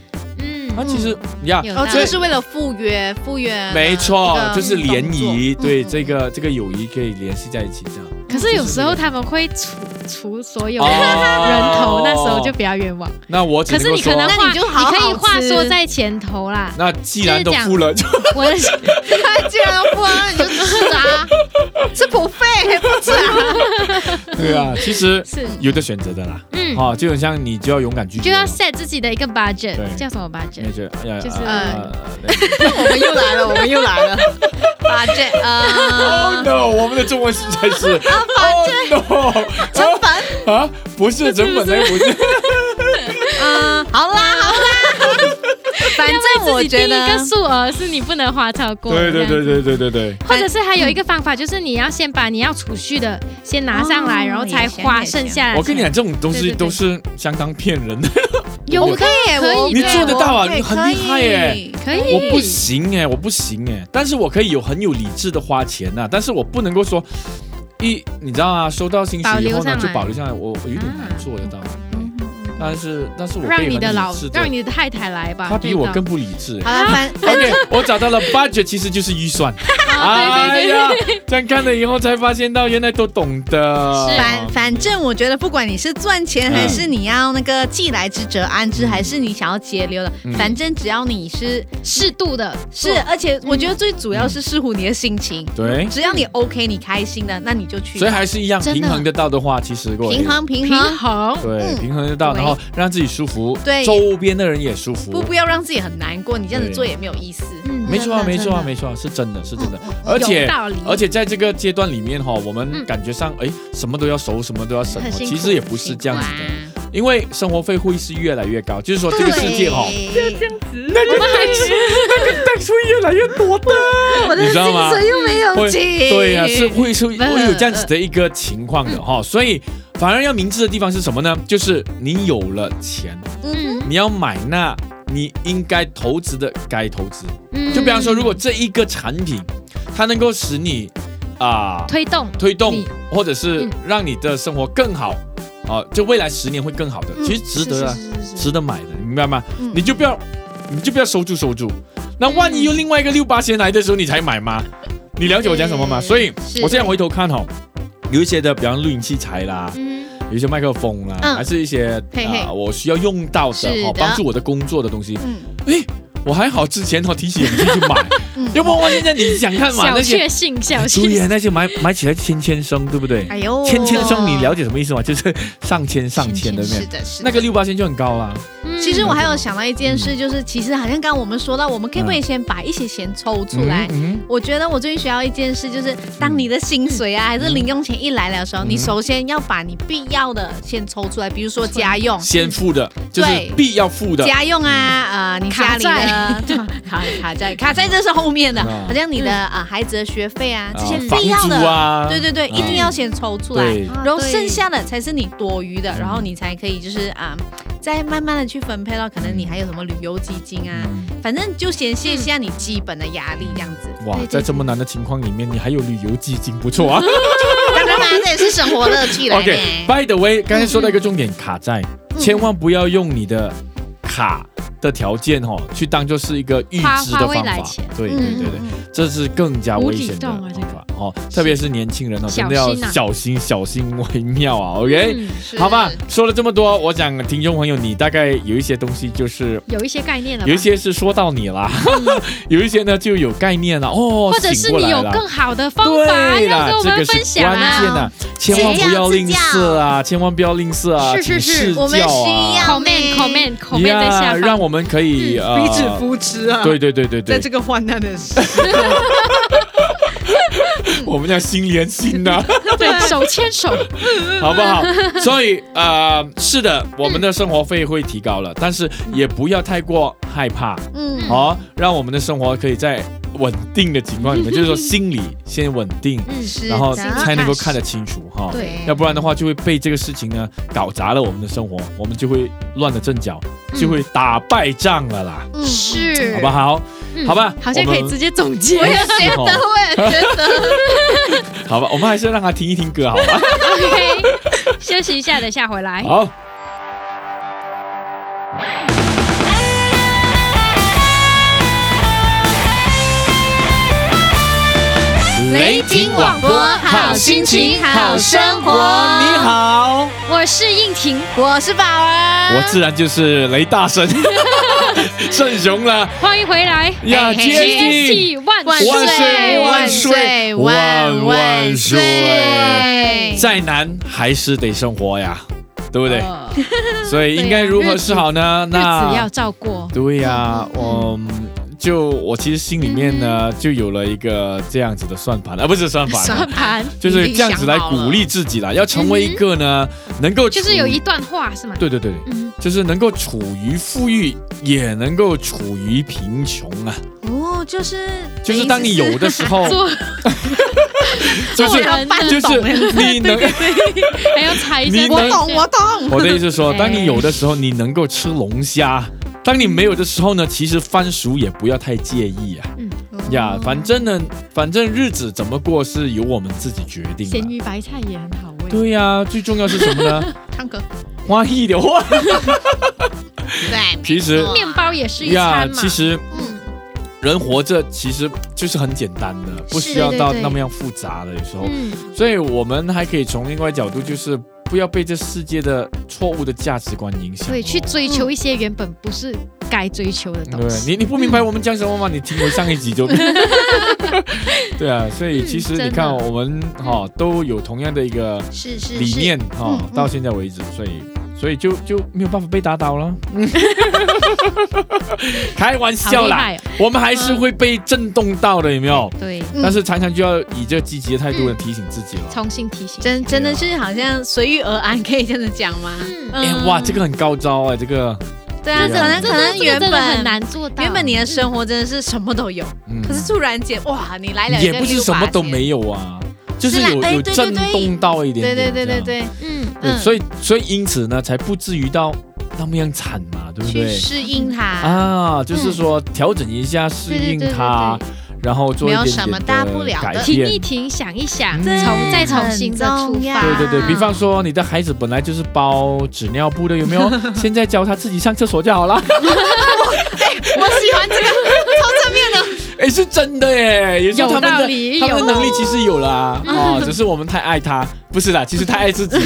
[SPEAKER 1] 嗯，
[SPEAKER 2] 啊，其实呀，
[SPEAKER 1] 有
[SPEAKER 3] 哦，
[SPEAKER 1] 道
[SPEAKER 3] 这
[SPEAKER 1] 理
[SPEAKER 3] 个是为了赴约，赴约，
[SPEAKER 2] 没错
[SPEAKER 3] 一，个
[SPEAKER 2] 就是联谊，对
[SPEAKER 3] 嗯
[SPEAKER 2] 这个这个友谊可以联系在一起，这样。
[SPEAKER 1] 可是有时候他们会除除所有
[SPEAKER 2] 哦
[SPEAKER 1] 的人头，那时候就比较冤枉。
[SPEAKER 2] 那我只
[SPEAKER 1] 可是
[SPEAKER 2] 够
[SPEAKER 1] 你可
[SPEAKER 2] 说。
[SPEAKER 1] 能，
[SPEAKER 3] 那
[SPEAKER 1] 话
[SPEAKER 3] 你就好好
[SPEAKER 1] 你可以话
[SPEAKER 3] 吃
[SPEAKER 1] 说在前头啦
[SPEAKER 2] 那既然都付了，就
[SPEAKER 1] 我的
[SPEAKER 3] 他既然要赴啊，那你就吃啊， 吃补费不吃啊，
[SPEAKER 2] 对啊，其实
[SPEAKER 1] 嗯是
[SPEAKER 2] 有的选择的啦。
[SPEAKER 1] 嗯，
[SPEAKER 2] 啊，就很像你就要勇敢拒
[SPEAKER 1] 就
[SPEAKER 2] 绝咯，
[SPEAKER 1] 要 set 自己的一个 budget，
[SPEAKER 2] 对
[SPEAKER 1] 叫什么 budget？
[SPEAKER 2] 那就哎呀
[SPEAKER 1] 就是嗯
[SPEAKER 2] 呃
[SPEAKER 3] 我们又来了，我们又来了，把这呃
[SPEAKER 1] 啊
[SPEAKER 2] Oh no！我们的中文实在是 Oh no！ 啊
[SPEAKER 3] 成本，
[SPEAKER 2] 啊，不是整本来不是，
[SPEAKER 3] 呃嗯，好啦好啦，我
[SPEAKER 1] 自己定
[SPEAKER 3] 觉
[SPEAKER 1] 一
[SPEAKER 3] 得
[SPEAKER 1] 个数额是你不能花超过。
[SPEAKER 2] 对对
[SPEAKER 1] 这样子。
[SPEAKER 2] 对对对对对，
[SPEAKER 1] 或者是还有一个方法，就是你要先把你要储蓄的先拿上来，
[SPEAKER 3] 哦
[SPEAKER 1] 然后才花剩下的钱。
[SPEAKER 2] 我跟你讲，这种东
[SPEAKER 1] 对
[SPEAKER 2] 西
[SPEAKER 1] 对对
[SPEAKER 2] 都是相当骗人的。
[SPEAKER 1] 有的
[SPEAKER 3] 哎
[SPEAKER 1] 可以，
[SPEAKER 2] 你做得到啊
[SPEAKER 3] 对
[SPEAKER 2] 你很厉害耶
[SPEAKER 1] 可以，
[SPEAKER 2] 我不行哎、我不行哎、但是我可以有很有理智的花钱呐、但是我不能够说一，你知道啊，收到薪
[SPEAKER 1] 保
[SPEAKER 2] 水以
[SPEAKER 1] 留
[SPEAKER 2] 后呢，
[SPEAKER 1] 上
[SPEAKER 2] 就
[SPEAKER 1] 来
[SPEAKER 2] 保留下来，我我有点
[SPEAKER 1] 啊
[SPEAKER 2] 难做得到。
[SPEAKER 3] 嗯
[SPEAKER 2] 但是但是我可
[SPEAKER 1] 让
[SPEAKER 2] 以
[SPEAKER 1] 你
[SPEAKER 2] 很
[SPEAKER 1] 的老
[SPEAKER 2] 理智，的，
[SPEAKER 1] 让你的太太来吧。
[SPEAKER 2] 他比
[SPEAKER 1] 对
[SPEAKER 2] 我
[SPEAKER 1] 的
[SPEAKER 2] 更不理智、欸
[SPEAKER 3] 好了，反
[SPEAKER 2] OK，我找到了 budget，其实就是预算。哎呀，这样看了以后才发现到原来都懂的。
[SPEAKER 3] 反反正我觉得，不管你是赚
[SPEAKER 2] 嗯
[SPEAKER 3] 钱，还是你要那个既来之则安之，还是你想要节流的
[SPEAKER 2] 嗯，
[SPEAKER 3] 反正只要你是
[SPEAKER 1] 适度的，
[SPEAKER 3] 是，而且我觉得最主要是视乎你的心情，
[SPEAKER 2] 对，
[SPEAKER 3] 只要你 OK，你开心的，那你就去
[SPEAKER 2] 所以还是一样
[SPEAKER 1] 真的
[SPEAKER 2] 平衡得到的话，其实各位
[SPEAKER 3] 平衡平
[SPEAKER 1] 平
[SPEAKER 3] 衡，
[SPEAKER 1] 衡。
[SPEAKER 2] 对
[SPEAKER 3] 嗯
[SPEAKER 2] 平衡得到，
[SPEAKER 3] 对
[SPEAKER 2] 然后让自己舒服，
[SPEAKER 3] 对
[SPEAKER 2] 周边的人也舒服。
[SPEAKER 3] 不不要让自己很难过，你这样子
[SPEAKER 2] 对
[SPEAKER 3] 做也没有意思。
[SPEAKER 1] 嗯
[SPEAKER 2] 没错啊，没错啊，没
[SPEAKER 1] 错。
[SPEAKER 2] 错啊，是真的，是真的。而
[SPEAKER 1] 嗯
[SPEAKER 2] 且
[SPEAKER 1] 有道理
[SPEAKER 2] 而且在这个阶段里面哈，我们
[SPEAKER 1] 嗯
[SPEAKER 2] 感觉上哎，什么都要熟，什么都要省哦，
[SPEAKER 1] 很辛苦
[SPEAKER 2] 其实也不是这样子的，因为生活费会是越来越高，就是说这个世界哈，
[SPEAKER 3] 对
[SPEAKER 5] 这样子，
[SPEAKER 2] 那个 tax 那个 tax 会越来越多的，
[SPEAKER 3] 我的
[SPEAKER 2] 你知
[SPEAKER 3] 薪
[SPEAKER 2] 道吗
[SPEAKER 3] 水又没有
[SPEAKER 2] 会
[SPEAKER 3] 进，
[SPEAKER 2] 对啊，是会是会
[SPEAKER 1] 不
[SPEAKER 2] 有这样子的一个情况的
[SPEAKER 1] 嗯
[SPEAKER 2] 哈，所以反而要明智的地方是什么呢？就是你有了钱，
[SPEAKER 1] 嗯
[SPEAKER 2] 你要买那你应该投资的该投资。
[SPEAKER 1] 嗯
[SPEAKER 2] 就比方说，如果这一个产品，它能够使你啊、
[SPEAKER 1] 推动，
[SPEAKER 2] 推动
[SPEAKER 1] 你，
[SPEAKER 2] 或者是
[SPEAKER 1] 嗯
[SPEAKER 2] 让你的生活更好，啊、就未来十年会更好的，
[SPEAKER 3] 嗯
[SPEAKER 2] 其实值得啊，
[SPEAKER 3] 是是是是
[SPEAKER 2] 值得买的，明白吗？
[SPEAKER 3] 嗯
[SPEAKER 2] 你就不要，你就不要收住收住，那万一有另外一个六八千来的时候你才买吗？你了解我讲什么吗？
[SPEAKER 3] 是
[SPEAKER 2] 所以
[SPEAKER 3] 嗯是
[SPEAKER 2] 我现在回头看哦，有一些的，比方录音器材啦，
[SPEAKER 1] 嗯，
[SPEAKER 2] 有一些麦克风啦，
[SPEAKER 3] 嗯
[SPEAKER 2] 还是一些啊、
[SPEAKER 3] 嘿嘿
[SPEAKER 2] 我需要用到
[SPEAKER 3] 是
[SPEAKER 2] 的
[SPEAKER 3] 的
[SPEAKER 2] 哦，帮助我的工作的东西，
[SPEAKER 3] 嗯
[SPEAKER 2] 诶，我还好之前哈哦提起勇气去买，
[SPEAKER 3] 嗯
[SPEAKER 2] 要不然我现在你想看嘛
[SPEAKER 1] 小
[SPEAKER 2] 那些。哎
[SPEAKER 1] 确幸，小确
[SPEAKER 2] 对呀，
[SPEAKER 1] 幸，
[SPEAKER 2] 啊那些买买起来千千升，对不对？
[SPEAKER 3] 哎呦，
[SPEAKER 2] 千千升，你了解什么意思吗？ 就是上千上千的
[SPEAKER 3] 是
[SPEAKER 2] 面，
[SPEAKER 3] 的，是的
[SPEAKER 2] 那个六八千就很高啊啦。
[SPEAKER 1] 嗯
[SPEAKER 3] 其实我还有想到一件事，就是其实好像刚刚我们说到，我们可不可以先把一些钱抽出来？
[SPEAKER 2] 嗯，
[SPEAKER 3] 我觉得我最近学到一件事，就是当你的薪水啊还是零用钱一来的时候，
[SPEAKER 2] 嗯
[SPEAKER 3] 你首先要把你必要的先抽出来，比如说家用
[SPEAKER 2] 嗯、先付的，就是
[SPEAKER 3] 对
[SPEAKER 2] 必要付的。
[SPEAKER 3] 家用
[SPEAKER 2] 嗯
[SPEAKER 3] 啊，呃，你家里的 卡卡债，卡债这是后面的，
[SPEAKER 2] 嗯
[SPEAKER 3] 好像你的啊孩子的学费啊这些
[SPEAKER 2] 房
[SPEAKER 3] 必要
[SPEAKER 2] 租
[SPEAKER 3] 的，
[SPEAKER 2] 啊，
[SPEAKER 3] 对对对，
[SPEAKER 2] 嗯
[SPEAKER 3] 一定要先抽出来。
[SPEAKER 2] 对，
[SPEAKER 1] 啊
[SPEAKER 3] 然后
[SPEAKER 1] 对
[SPEAKER 3] 剩下的才是你多余的，然后你才可以就是啊、再慢慢的去分配到可能你还有什么旅游基金啊，
[SPEAKER 2] 嗯
[SPEAKER 3] 反正就先卸下你基本的压力这样子。
[SPEAKER 2] 哇，在这么难的情况里面，你还有旅游基金，不错啊。
[SPEAKER 3] 当然啦，这也是生活乐 趣来
[SPEAKER 2] OK，
[SPEAKER 3] 的。
[SPEAKER 2] by the way，刚才说到一个重点，卡债，
[SPEAKER 1] 嗯
[SPEAKER 2] 千万不要用你的卡的条件哦，去当做是一个预支
[SPEAKER 1] 花花
[SPEAKER 2] 的
[SPEAKER 1] 未
[SPEAKER 2] 方
[SPEAKER 1] 来
[SPEAKER 2] 法
[SPEAKER 1] 钱。
[SPEAKER 2] 对对
[SPEAKER 3] 嗯
[SPEAKER 2] 对对，这是更加危险的
[SPEAKER 1] 无底洞啊
[SPEAKER 2] 方法哦，特别是年轻人哦，真的
[SPEAKER 1] 小
[SPEAKER 2] 要
[SPEAKER 1] 心啊
[SPEAKER 2] 小心小心为妙啊。OK，
[SPEAKER 1] 嗯
[SPEAKER 2] 好吧，说了这么多，我想听众朋友你大概有一些东西就是。
[SPEAKER 1] 有一些概念了吧，
[SPEAKER 2] 有一些是说到你啦， 有一些呢就有概念了哦，
[SPEAKER 1] 嗯或者是
[SPEAKER 2] 醒过
[SPEAKER 1] 你
[SPEAKER 2] 来
[SPEAKER 1] 有
[SPEAKER 2] 了
[SPEAKER 1] 更好的方法
[SPEAKER 2] 对
[SPEAKER 1] 要
[SPEAKER 2] 啦
[SPEAKER 1] 跟，我
[SPEAKER 2] 这
[SPEAKER 1] 们
[SPEAKER 2] 个是
[SPEAKER 1] 分享
[SPEAKER 2] 关键
[SPEAKER 1] 啊。
[SPEAKER 2] 啊，千万不要吝啬啊，千万不要吝啬啊，
[SPEAKER 1] 是是是
[SPEAKER 2] 请
[SPEAKER 3] 我们
[SPEAKER 2] 试教啊
[SPEAKER 3] 需要
[SPEAKER 1] comment comment comment 在下
[SPEAKER 2] 呀，
[SPEAKER 1] 方，嗯
[SPEAKER 2] 让我们可以呃，
[SPEAKER 5] 彼此扶持啊！
[SPEAKER 2] 对，对对对
[SPEAKER 5] 在
[SPEAKER 2] 对
[SPEAKER 5] 这，个患难的 时，
[SPEAKER 1] 嗯
[SPEAKER 2] 我们要心连 心呐，
[SPEAKER 1] 对手牵 手，
[SPEAKER 2] 好不好？所以呃，是的，我们的生活费会提高了，但是也不要太过害怕，
[SPEAKER 3] 嗯，
[SPEAKER 2] 好，让我们的生活可以在稳定的情况里面，就是说心理先稳定，
[SPEAKER 1] 嗯，
[SPEAKER 3] 是
[SPEAKER 2] 然后
[SPEAKER 3] 的
[SPEAKER 2] 才能够看得清楚哈。
[SPEAKER 3] 对，
[SPEAKER 2] 要不然的话就会被这个事情呢搞砸了我们的生活，我们就会乱了阵脚，
[SPEAKER 1] 嗯
[SPEAKER 2] 就会打败仗了啦，
[SPEAKER 3] 嗯
[SPEAKER 1] 是，
[SPEAKER 2] 好不，好？
[SPEAKER 1] 嗯
[SPEAKER 2] 好吧哦
[SPEAKER 1] 好像可以直接总结
[SPEAKER 3] 我。也觉得，我也觉得，
[SPEAKER 2] 好吧，我们还是让他听一听歌好 吧？
[SPEAKER 1] OK，休息一下，等下回来。
[SPEAKER 2] 好。
[SPEAKER 3] 雷霆广播好心情好生活
[SPEAKER 2] 你好，
[SPEAKER 1] 我是应婷，
[SPEAKER 3] 我是宝儿，
[SPEAKER 2] 我自然就是雷大神，圣雄了。
[SPEAKER 1] 欢迎回来。
[SPEAKER 2] 呀，
[SPEAKER 3] 嘿嘿
[SPEAKER 2] 接力。
[SPEAKER 1] 万
[SPEAKER 3] 万
[SPEAKER 2] 万
[SPEAKER 3] 岁
[SPEAKER 2] 岁
[SPEAKER 3] 万
[SPEAKER 2] 万
[SPEAKER 3] 岁
[SPEAKER 2] 岁
[SPEAKER 3] 万
[SPEAKER 2] 万
[SPEAKER 3] 万
[SPEAKER 2] 万
[SPEAKER 3] 岁
[SPEAKER 2] 岁！再难还是得生活呀，对不对？
[SPEAKER 3] 哦
[SPEAKER 1] 呃
[SPEAKER 2] 所以应该如何是好呢？
[SPEAKER 1] 啊日子要
[SPEAKER 2] 那
[SPEAKER 1] 照过，
[SPEAKER 2] 对呀，我就我其实心里面呢，就有了一个这样子的算盘啊，不是算盘，
[SPEAKER 5] 算
[SPEAKER 6] 盘
[SPEAKER 2] 就是这样子来鼓励自己啦，要成为一个呢，能够
[SPEAKER 6] 就是
[SPEAKER 2] 处
[SPEAKER 6] 有一段话是吗？
[SPEAKER 2] 对对对，
[SPEAKER 6] 嗯，
[SPEAKER 2] 就是能够处于富裕，也能够处于贫穷啊。
[SPEAKER 3] 哦，就是
[SPEAKER 2] 就是当你 有的时候，
[SPEAKER 6] 做
[SPEAKER 2] 就是
[SPEAKER 6] 人的
[SPEAKER 2] 就是你 能，
[SPEAKER 6] 还要猜一下
[SPEAKER 2] 你
[SPEAKER 6] 这
[SPEAKER 2] 能
[SPEAKER 6] 些。
[SPEAKER 5] 懂，
[SPEAKER 2] 我的意思是说，
[SPEAKER 6] 哎
[SPEAKER 2] 当你有的时候，你能够吃龙虾。当你没有的时候呢，其实番薯也不要太介意啊。
[SPEAKER 6] 嗯
[SPEAKER 2] 呀，反正呢，反正日子怎么过是由我们自己决定
[SPEAKER 6] 咸
[SPEAKER 2] 的。
[SPEAKER 6] 鱼白菜也很好味。
[SPEAKER 2] 对呀、最重要是什么 呢？
[SPEAKER 5] 唱歌
[SPEAKER 2] 花艺的话，
[SPEAKER 5] 对，
[SPEAKER 2] 其实
[SPEAKER 6] 面包也是一
[SPEAKER 2] 呀，
[SPEAKER 6] 餐嘛。
[SPEAKER 2] 其实
[SPEAKER 6] 嗯，
[SPEAKER 2] 人活着其实就是很简单的，不
[SPEAKER 6] 是
[SPEAKER 2] 需要
[SPEAKER 6] 对
[SPEAKER 2] 到
[SPEAKER 6] 对
[SPEAKER 2] 那么样复杂的。有时候，
[SPEAKER 6] 嗯，
[SPEAKER 2] 所以我们还可以从另外角度，就是不要被这世界的错误的价值观影响哦。
[SPEAKER 6] 对，去追求一些原本不是该追求的东
[SPEAKER 2] 对
[SPEAKER 6] 西。
[SPEAKER 2] 你，你不明白我们讲什么吗？你听回上一集 就。 对啊，所以其实
[SPEAKER 6] 嗯
[SPEAKER 2] 你看，
[SPEAKER 6] 真的
[SPEAKER 2] 我们哈、都有同样的一个
[SPEAKER 3] 是是
[SPEAKER 2] 理念哈、
[SPEAKER 3] 嗯嗯
[SPEAKER 2] 到现在为止，所以所以就就没有办法被打倒 了。开玩笑
[SPEAKER 6] 好
[SPEAKER 2] 啦
[SPEAKER 6] 厉害哦，
[SPEAKER 2] 我们还是会被震动到的，有没有？
[SPEAKER 6] 对，
[SPEAKER 3] 嗯
[SPEAKER 2] 但是常常就要以这积极的态度
[SPEAKER 6] 嗯
[SPEAKER 2] 来提醒自己了。
[SPEAKER 6] 重新提醒。
[SPEAKER 3] 真真的是好像随遇而安，可以这样子讲吗？
[SPEAKER 6] 嗯，
[SPEAKER 2] 哎、
[SPEAKER 3] 嗯
[SPEAKER 2] 哇，这个很高招哎、这个，
[SPEAKER 3] 对啊，
[SPEAKER 2] 对
[SPEAKER 3] 可
[SPEAKER 2] 啊
[SPEAKER 3] 能
[SPEAKER 6] 这
[SPEAKER 3] 可能
[SPEAKER 6] 这
[SPEAKER 3] 原
[SPEAKER 6] 真的很
[SPEAKER 3] 本
[SPEAKER 6] 难做到。
[SPEAKER 3] 原本你的生活真的是什么都有，
[SPEAKER 2] 嗯
[SPEAKER 3] 可是突然间哇，你来了一
[SPEAKER 2] 也
[SPEAKER 3] 个
[SPEAKER 2] 不是
[SPEAKER 3] 六
[SPEAKER 2] 什
[SPEAKER 3] 八
[SPEAKER 2] 么都
[SPEAKER 3] 千
[SPEAKER 2] 没有啊，就是
[SPEAKER 3] 是啦
[SPEAKER 2] 有
[SPEAKER 3] 哎
[SPEAKER 2] 有
[SPEAKER 3] 对对
[SPEAKER 2] 震
[SPEAKER 3] 对
[SPEAKER 2] 动到一点
[SPEAKER 3] 对
[SPEAKER 2] 点这
[SPEAKER 3] 对
[SPEAKER 2] 样，
[SPEAKER 3] 对对对，
[SPEAKER 6] 嗯
[SPEAKER 2] 对，
[SPEAKER 6] 嗯，
[SPEAKER 2] 所
[SPEAKER 6] 以
[SPEAKER 2] 以所以因此呢，才不至于到那么样惨嘛，对不
[SPEAKER 3] 去
[SPEAKER 2] 嗯对？
[SPEAKER 3] 适应它，
[SPEAKER 2] 啊，就是说调整一下，适应它，然后做一
[SPEAKER 3] 没有
[SPEAKER 2] 点
[SPEAKER 3] 什么
[SPEAKER 2] 点
[SPEAKER 3] 大不了的嗯
[SPEAKER 2] 改变。
[SPEAKER 6] 停一停，想一想，
[SPEAKER 2] 对
[SPEAKER 6] 重再重新的出
[SPEAKER 3] 很重要
[SPEAKER 6] 发。
[SPEAKER 2] 嗯对对对，比方说你的孩子本来就是包纸尿布的，有没有？ 现在教他自己上厕所就好了。
[SPEAKER 3] 我喜欢这个超正面的，
[SPEAKER 2] 哎，是真的耶，也是他们
[SPEAKER 6] 有道
[SPEAKER 2] 的
[SPEAKER 6] 理嗯
[SPEAKER 2] 他们
[SPEAKER 6] 有
[SPEAKER 2] 的能力其实有啦，哦，只是我们太爱他，不是啦，其实太爱 自己，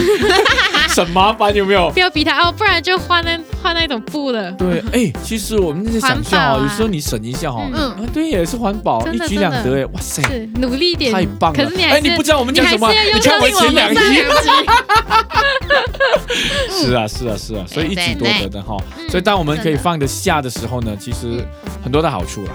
[SPEAKER 2] 很麻烦，有没有？
[SPEAKER 6] 不要逼他哦，不然就换那换那种布了。
[SPEAKER 2] 对，哎，其实我们在想一下
[SPEAKER 6] 环保
[SPEAKER 2] 哦，
[SPEAKER 6] 啊
[SPEAKER 2] 有时候你省一下哦，
[SPEAKER 6] 嗯
[SPEAKER 2] 啊，对，也是环保，
[SPEAKER 6] 真
[SPEAKER 2] 一
[SPEAKER 6] 的
[SPEAKER 2] 举两
[SPEAKER 6] 真
[SPEAKER 2] 得，
[SPEAKER 6] 的
[SPEAKER 2] 哎，哇塞，
[SPEAKER 6] 是努力一点，
[SPEAKER 2] 太棒
[SPEAKER 6] 可
[SPEAKER 2] 了
[SPEAKER 6] 是你！还
[SPEAKER 2] 哎，
[SPEAKER 6] 是
[SPEAKER 2] 你不知道我们
[SPEAKER 6] 你
[SPEAKER 2] 讲
[SPEAKER 6] 还
[SPEAKER 2] 什
[SPEAKER 6] 是
[SPEAKER 2] 么？
[SPEAKER 6] 要用
[SPEAKER 2] 你看
[SPEAKER 6] 到
[SPEAKER 2] 我
[SPEAKER 6] 你
[SPEAKER 2] 前两集，
[SPEAKER 6] 们上集。
[SPEAKER 2] 是啊，是啊，是啊，所以一举多得的哈。
[SPEAKER 6] 嗯
[SPEAKER 2] 所以当我们可以放得下的时候呢，其实很多的好处啦，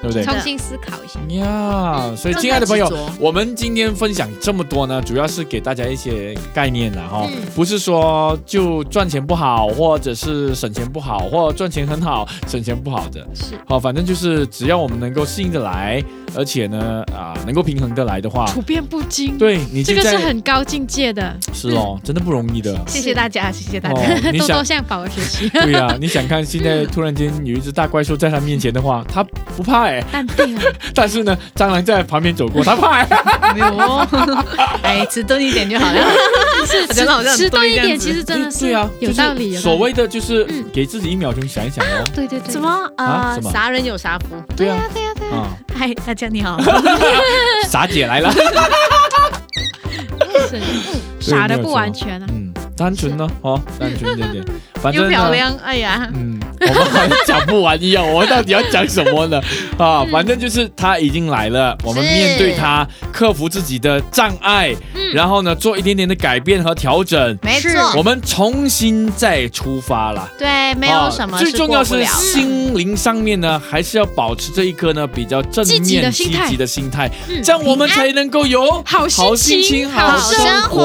[SPEAKER 2] 对不对？
[SPEAKER 6] 重新思考一下。
[SPEAKER 2] 呀，所以亲爱的朋友
[SPEAKER 5] 真的执，
[SPEAKER 2] 我们今天分享这么多呢，主要是给大家一些概念啦哈
[SPEAKER 6] 嗯，
[SPEAKER 2] 不是说就赚钱不好，或者是省钱不好，或赚钱很好，省钱不好的，
[SPEAKER 6] 是
[SPEAKER 2] 好，反正就是只要我们能够适应的来，而且呢啊能够平衡的来的话，
[SPEAKER 6] 处变不惊，
[SPEAKER 2] 对你
[SPEAKER 6] 这
[SPEAKER 2] 就
[SPEAKER 6] 个是
[SPEAKER 2] 在
[SPEAKER 6] 很高境界的。
[SPEAKER 2] 是哦，真的不容易 的。
[SPEAKER 3] 谢谢大家，谢谢大
[SPEAKER 2] 哦
[SPEAKER 3] 家，，
[SPEAKER 2] 你
[SPEAKER 6] 多
[SPEAKER 2] 想
[SPEAKER 6] 多向宝儿学习，
[SPEAKER 2] 对呀、你想看现在突然间有一只大怪兽在他面前的话，他不怕哎、
[SPEAKER 6] 淡定啊，
[SPEAKER 2] 但是呢，蟑螂在旁边走过，他怕、哎
[SPEAKER 5] 没有哦，
[SPEAKER 3] 哎，迟钝一点就好 了。我觉得好像很
[SPEAKER 6] 迟钝
[SPEAKER 3] 对
[SPEAKER 6] 一
[SPEAKER 3] 这样
[SPEAKER 6] 点，
[SPEAKER 3] 子
[SPEAKER 6] 其实真的是
[SPEAKER 2] 对啊，
[SPEAKER 6] 有
[SPEAKER 2] 就是
[SPEAKER 6] 道理。有道理
[SPEAKER 2] 所谓的就是
[SPEAKER 6] 嗯
[SPEAKER 2] 给自己一秒钟想一想哦。
[SPEAKER 6] 对对对，
[SPEAKER 3] 什么
[SPEAKER 2] 啊
[SPEAKER 3] 呃
[SPEAKER 2] 什，么
[SPEAKER 3] 啥人有啥福。
[SPEAKER 2] 对呀、对呀、啊对呀、
[SPEAKER 3] 嗨，大家你
[SPEAKER 2] 啊
[SPEAKER 3] 好，
[SPEAKER 2] 傻姐 来了。
[SPEAKER 6] 是傻的不完全啊，
[SPEAKER 2] 嗯，单纯呢，哦，单纯一点 点，反
[SPEAKER 3] 又
[SPEAKER 2] 正
[SPEAKER 3] 漂
[SPEAKER 2] 呢。
[SPEAKER 3] 亮，哎呀，
[SPEAKER 2] 嗯，我们好像讲不完一样，我们到底要讲什么 呢？
[SPEAKER 6] 嗯
[SPEAKER 2] 啊，反正就是他已经来了，我们面对他，克服自己的障碍，
[SPEAKER 6] 嗯
[SPEAKER 2] 然后呢，做一点点的改变和调整，
[SPEAKER 3] 没错，
[SPEAKER 2] 我们重新再出发啦。
[SPEAKER 3] 对，没有什么
[SPEAKER 2] 啊哦最重要
[SPEAKER 3] 过不
[SPEAKER 2] 是
[SPEAKER 3] 了的
[SPEAKER 2] 心灵上面呢，还是要保持这一颗呢比较正面、
[SPEAKER 6] 积极的心态
[SPEAKER 2] 积极的心态，
[SPEAKER 6] 嗯
[SPEAKER 2] 这样我们才能够有
[SPEAKER 6] 好心情
[SPEAKER 2] 心情、好
[SPEAKER 6] 好
[SPEAKER 2] 生
[SPEAKER 3] 生
[SPEAKER 2] 活，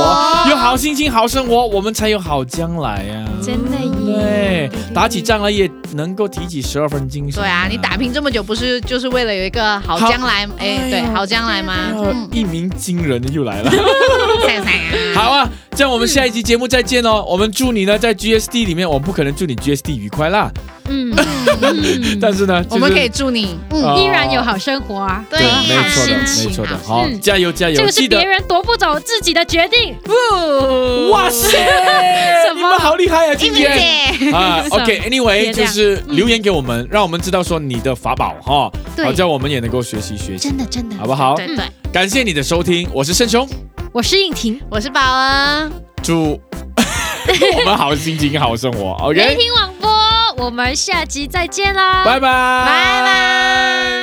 [SPEAKER 2] 有好心情、好生活，我们才有好将来呀、啊。
[SPEAKER 6] 真的耶
[SPEAKER 2] 对，打起仗来也能够提起十二分精神、
[SPEAKER 3] 对啊，你打。拼这么久，不是就是为了有一个好
[SPEAKER 2] 嗯好
[SPEAKER 3] 将来？
[SPEAKER 2] 哎
[SPEAKER 3] 哎，
[SPEAKER 2] 呦
[SPEAKER 3] 对，好将来吗？
[SPEAKER 2] 呃一鸣惊人又来了，
[SPEAKER 3] 晒晒啊
[SPEAKER 2] 好啊，这样我们下一集节目再见喽。我们祝你呢在 GSD 里面，我们不可能祝你 GSD 愉快啦，
[SPEAKER 6] 嗯，
[SPEAKER 2] 但是呢，就是
[SPEAKER 3] 嗯我们可以祝你，
[SPEAKER 2] 呃
[SPEAKER 6] 依然有好生活啊，
[SPEAKER 3] 对
[SPEAKER 2] 没错的
[SPEAKER 3] 好，心
[SPEAKER 2] 没
[SPEAKER 3] 情
[SPEAKER 2] 错的，
[SPEAKER 3] 好
[SPEAKER 2] 好，
[SPEAKER 6] 嗯
[SPEAKER 2] 加油加
[SPEAKER 6] 这
[SPEAKER 2] 油！
[SPEAKER 6] 个
[SPEAKER 2] 呃记
[SPEAKER 6] 是
[SPEAKER 2] 得
[SPEAKER 6] 别人夺不走自己的决定。
[SPEAKER 2] 哇 塞，你们好厉害啊，今
[SPEAKER 3] 一鸣
[SPEAKER 2] 天
[SPEAKER 3] 姐，
[SPEAKER 2] 啊
[SPEAKER 6] 什么
[SPEAKER 2] ，OK，Anyway，
[SPEAKER 6] 别
[SPEAKER 2] 就
[SPEAKER 6] 这样嗯
[SPEAKER 2] 是留言给我们，让我们知道说你的法宝哈，
[SPEAKER 6] 对
[SPEAKER 2] 好，这样我们也能够学习学习，
[SPEAKER 1] 真的真的
[SPEAKER 2] 好不好？
[SPEAKER 3] 对对，
[SPEAKER 2] 感谢你的收听，我是盛雄，
[SPEAKER 6] 我是应婷，
[SPEAKER 3] 我是宝恩，
[SPEAKER 2] 祝 我们好心情、好生活
[SPEAKER 6] 雷
[SPEAKER 2] ，OK，
[SPEAKER 6] 霆广播，我们下集再见啦，
[SPEAKER 2] 拜拜，拜
[SPEAKER 3] 拜
[SPEAKER 2] 拜。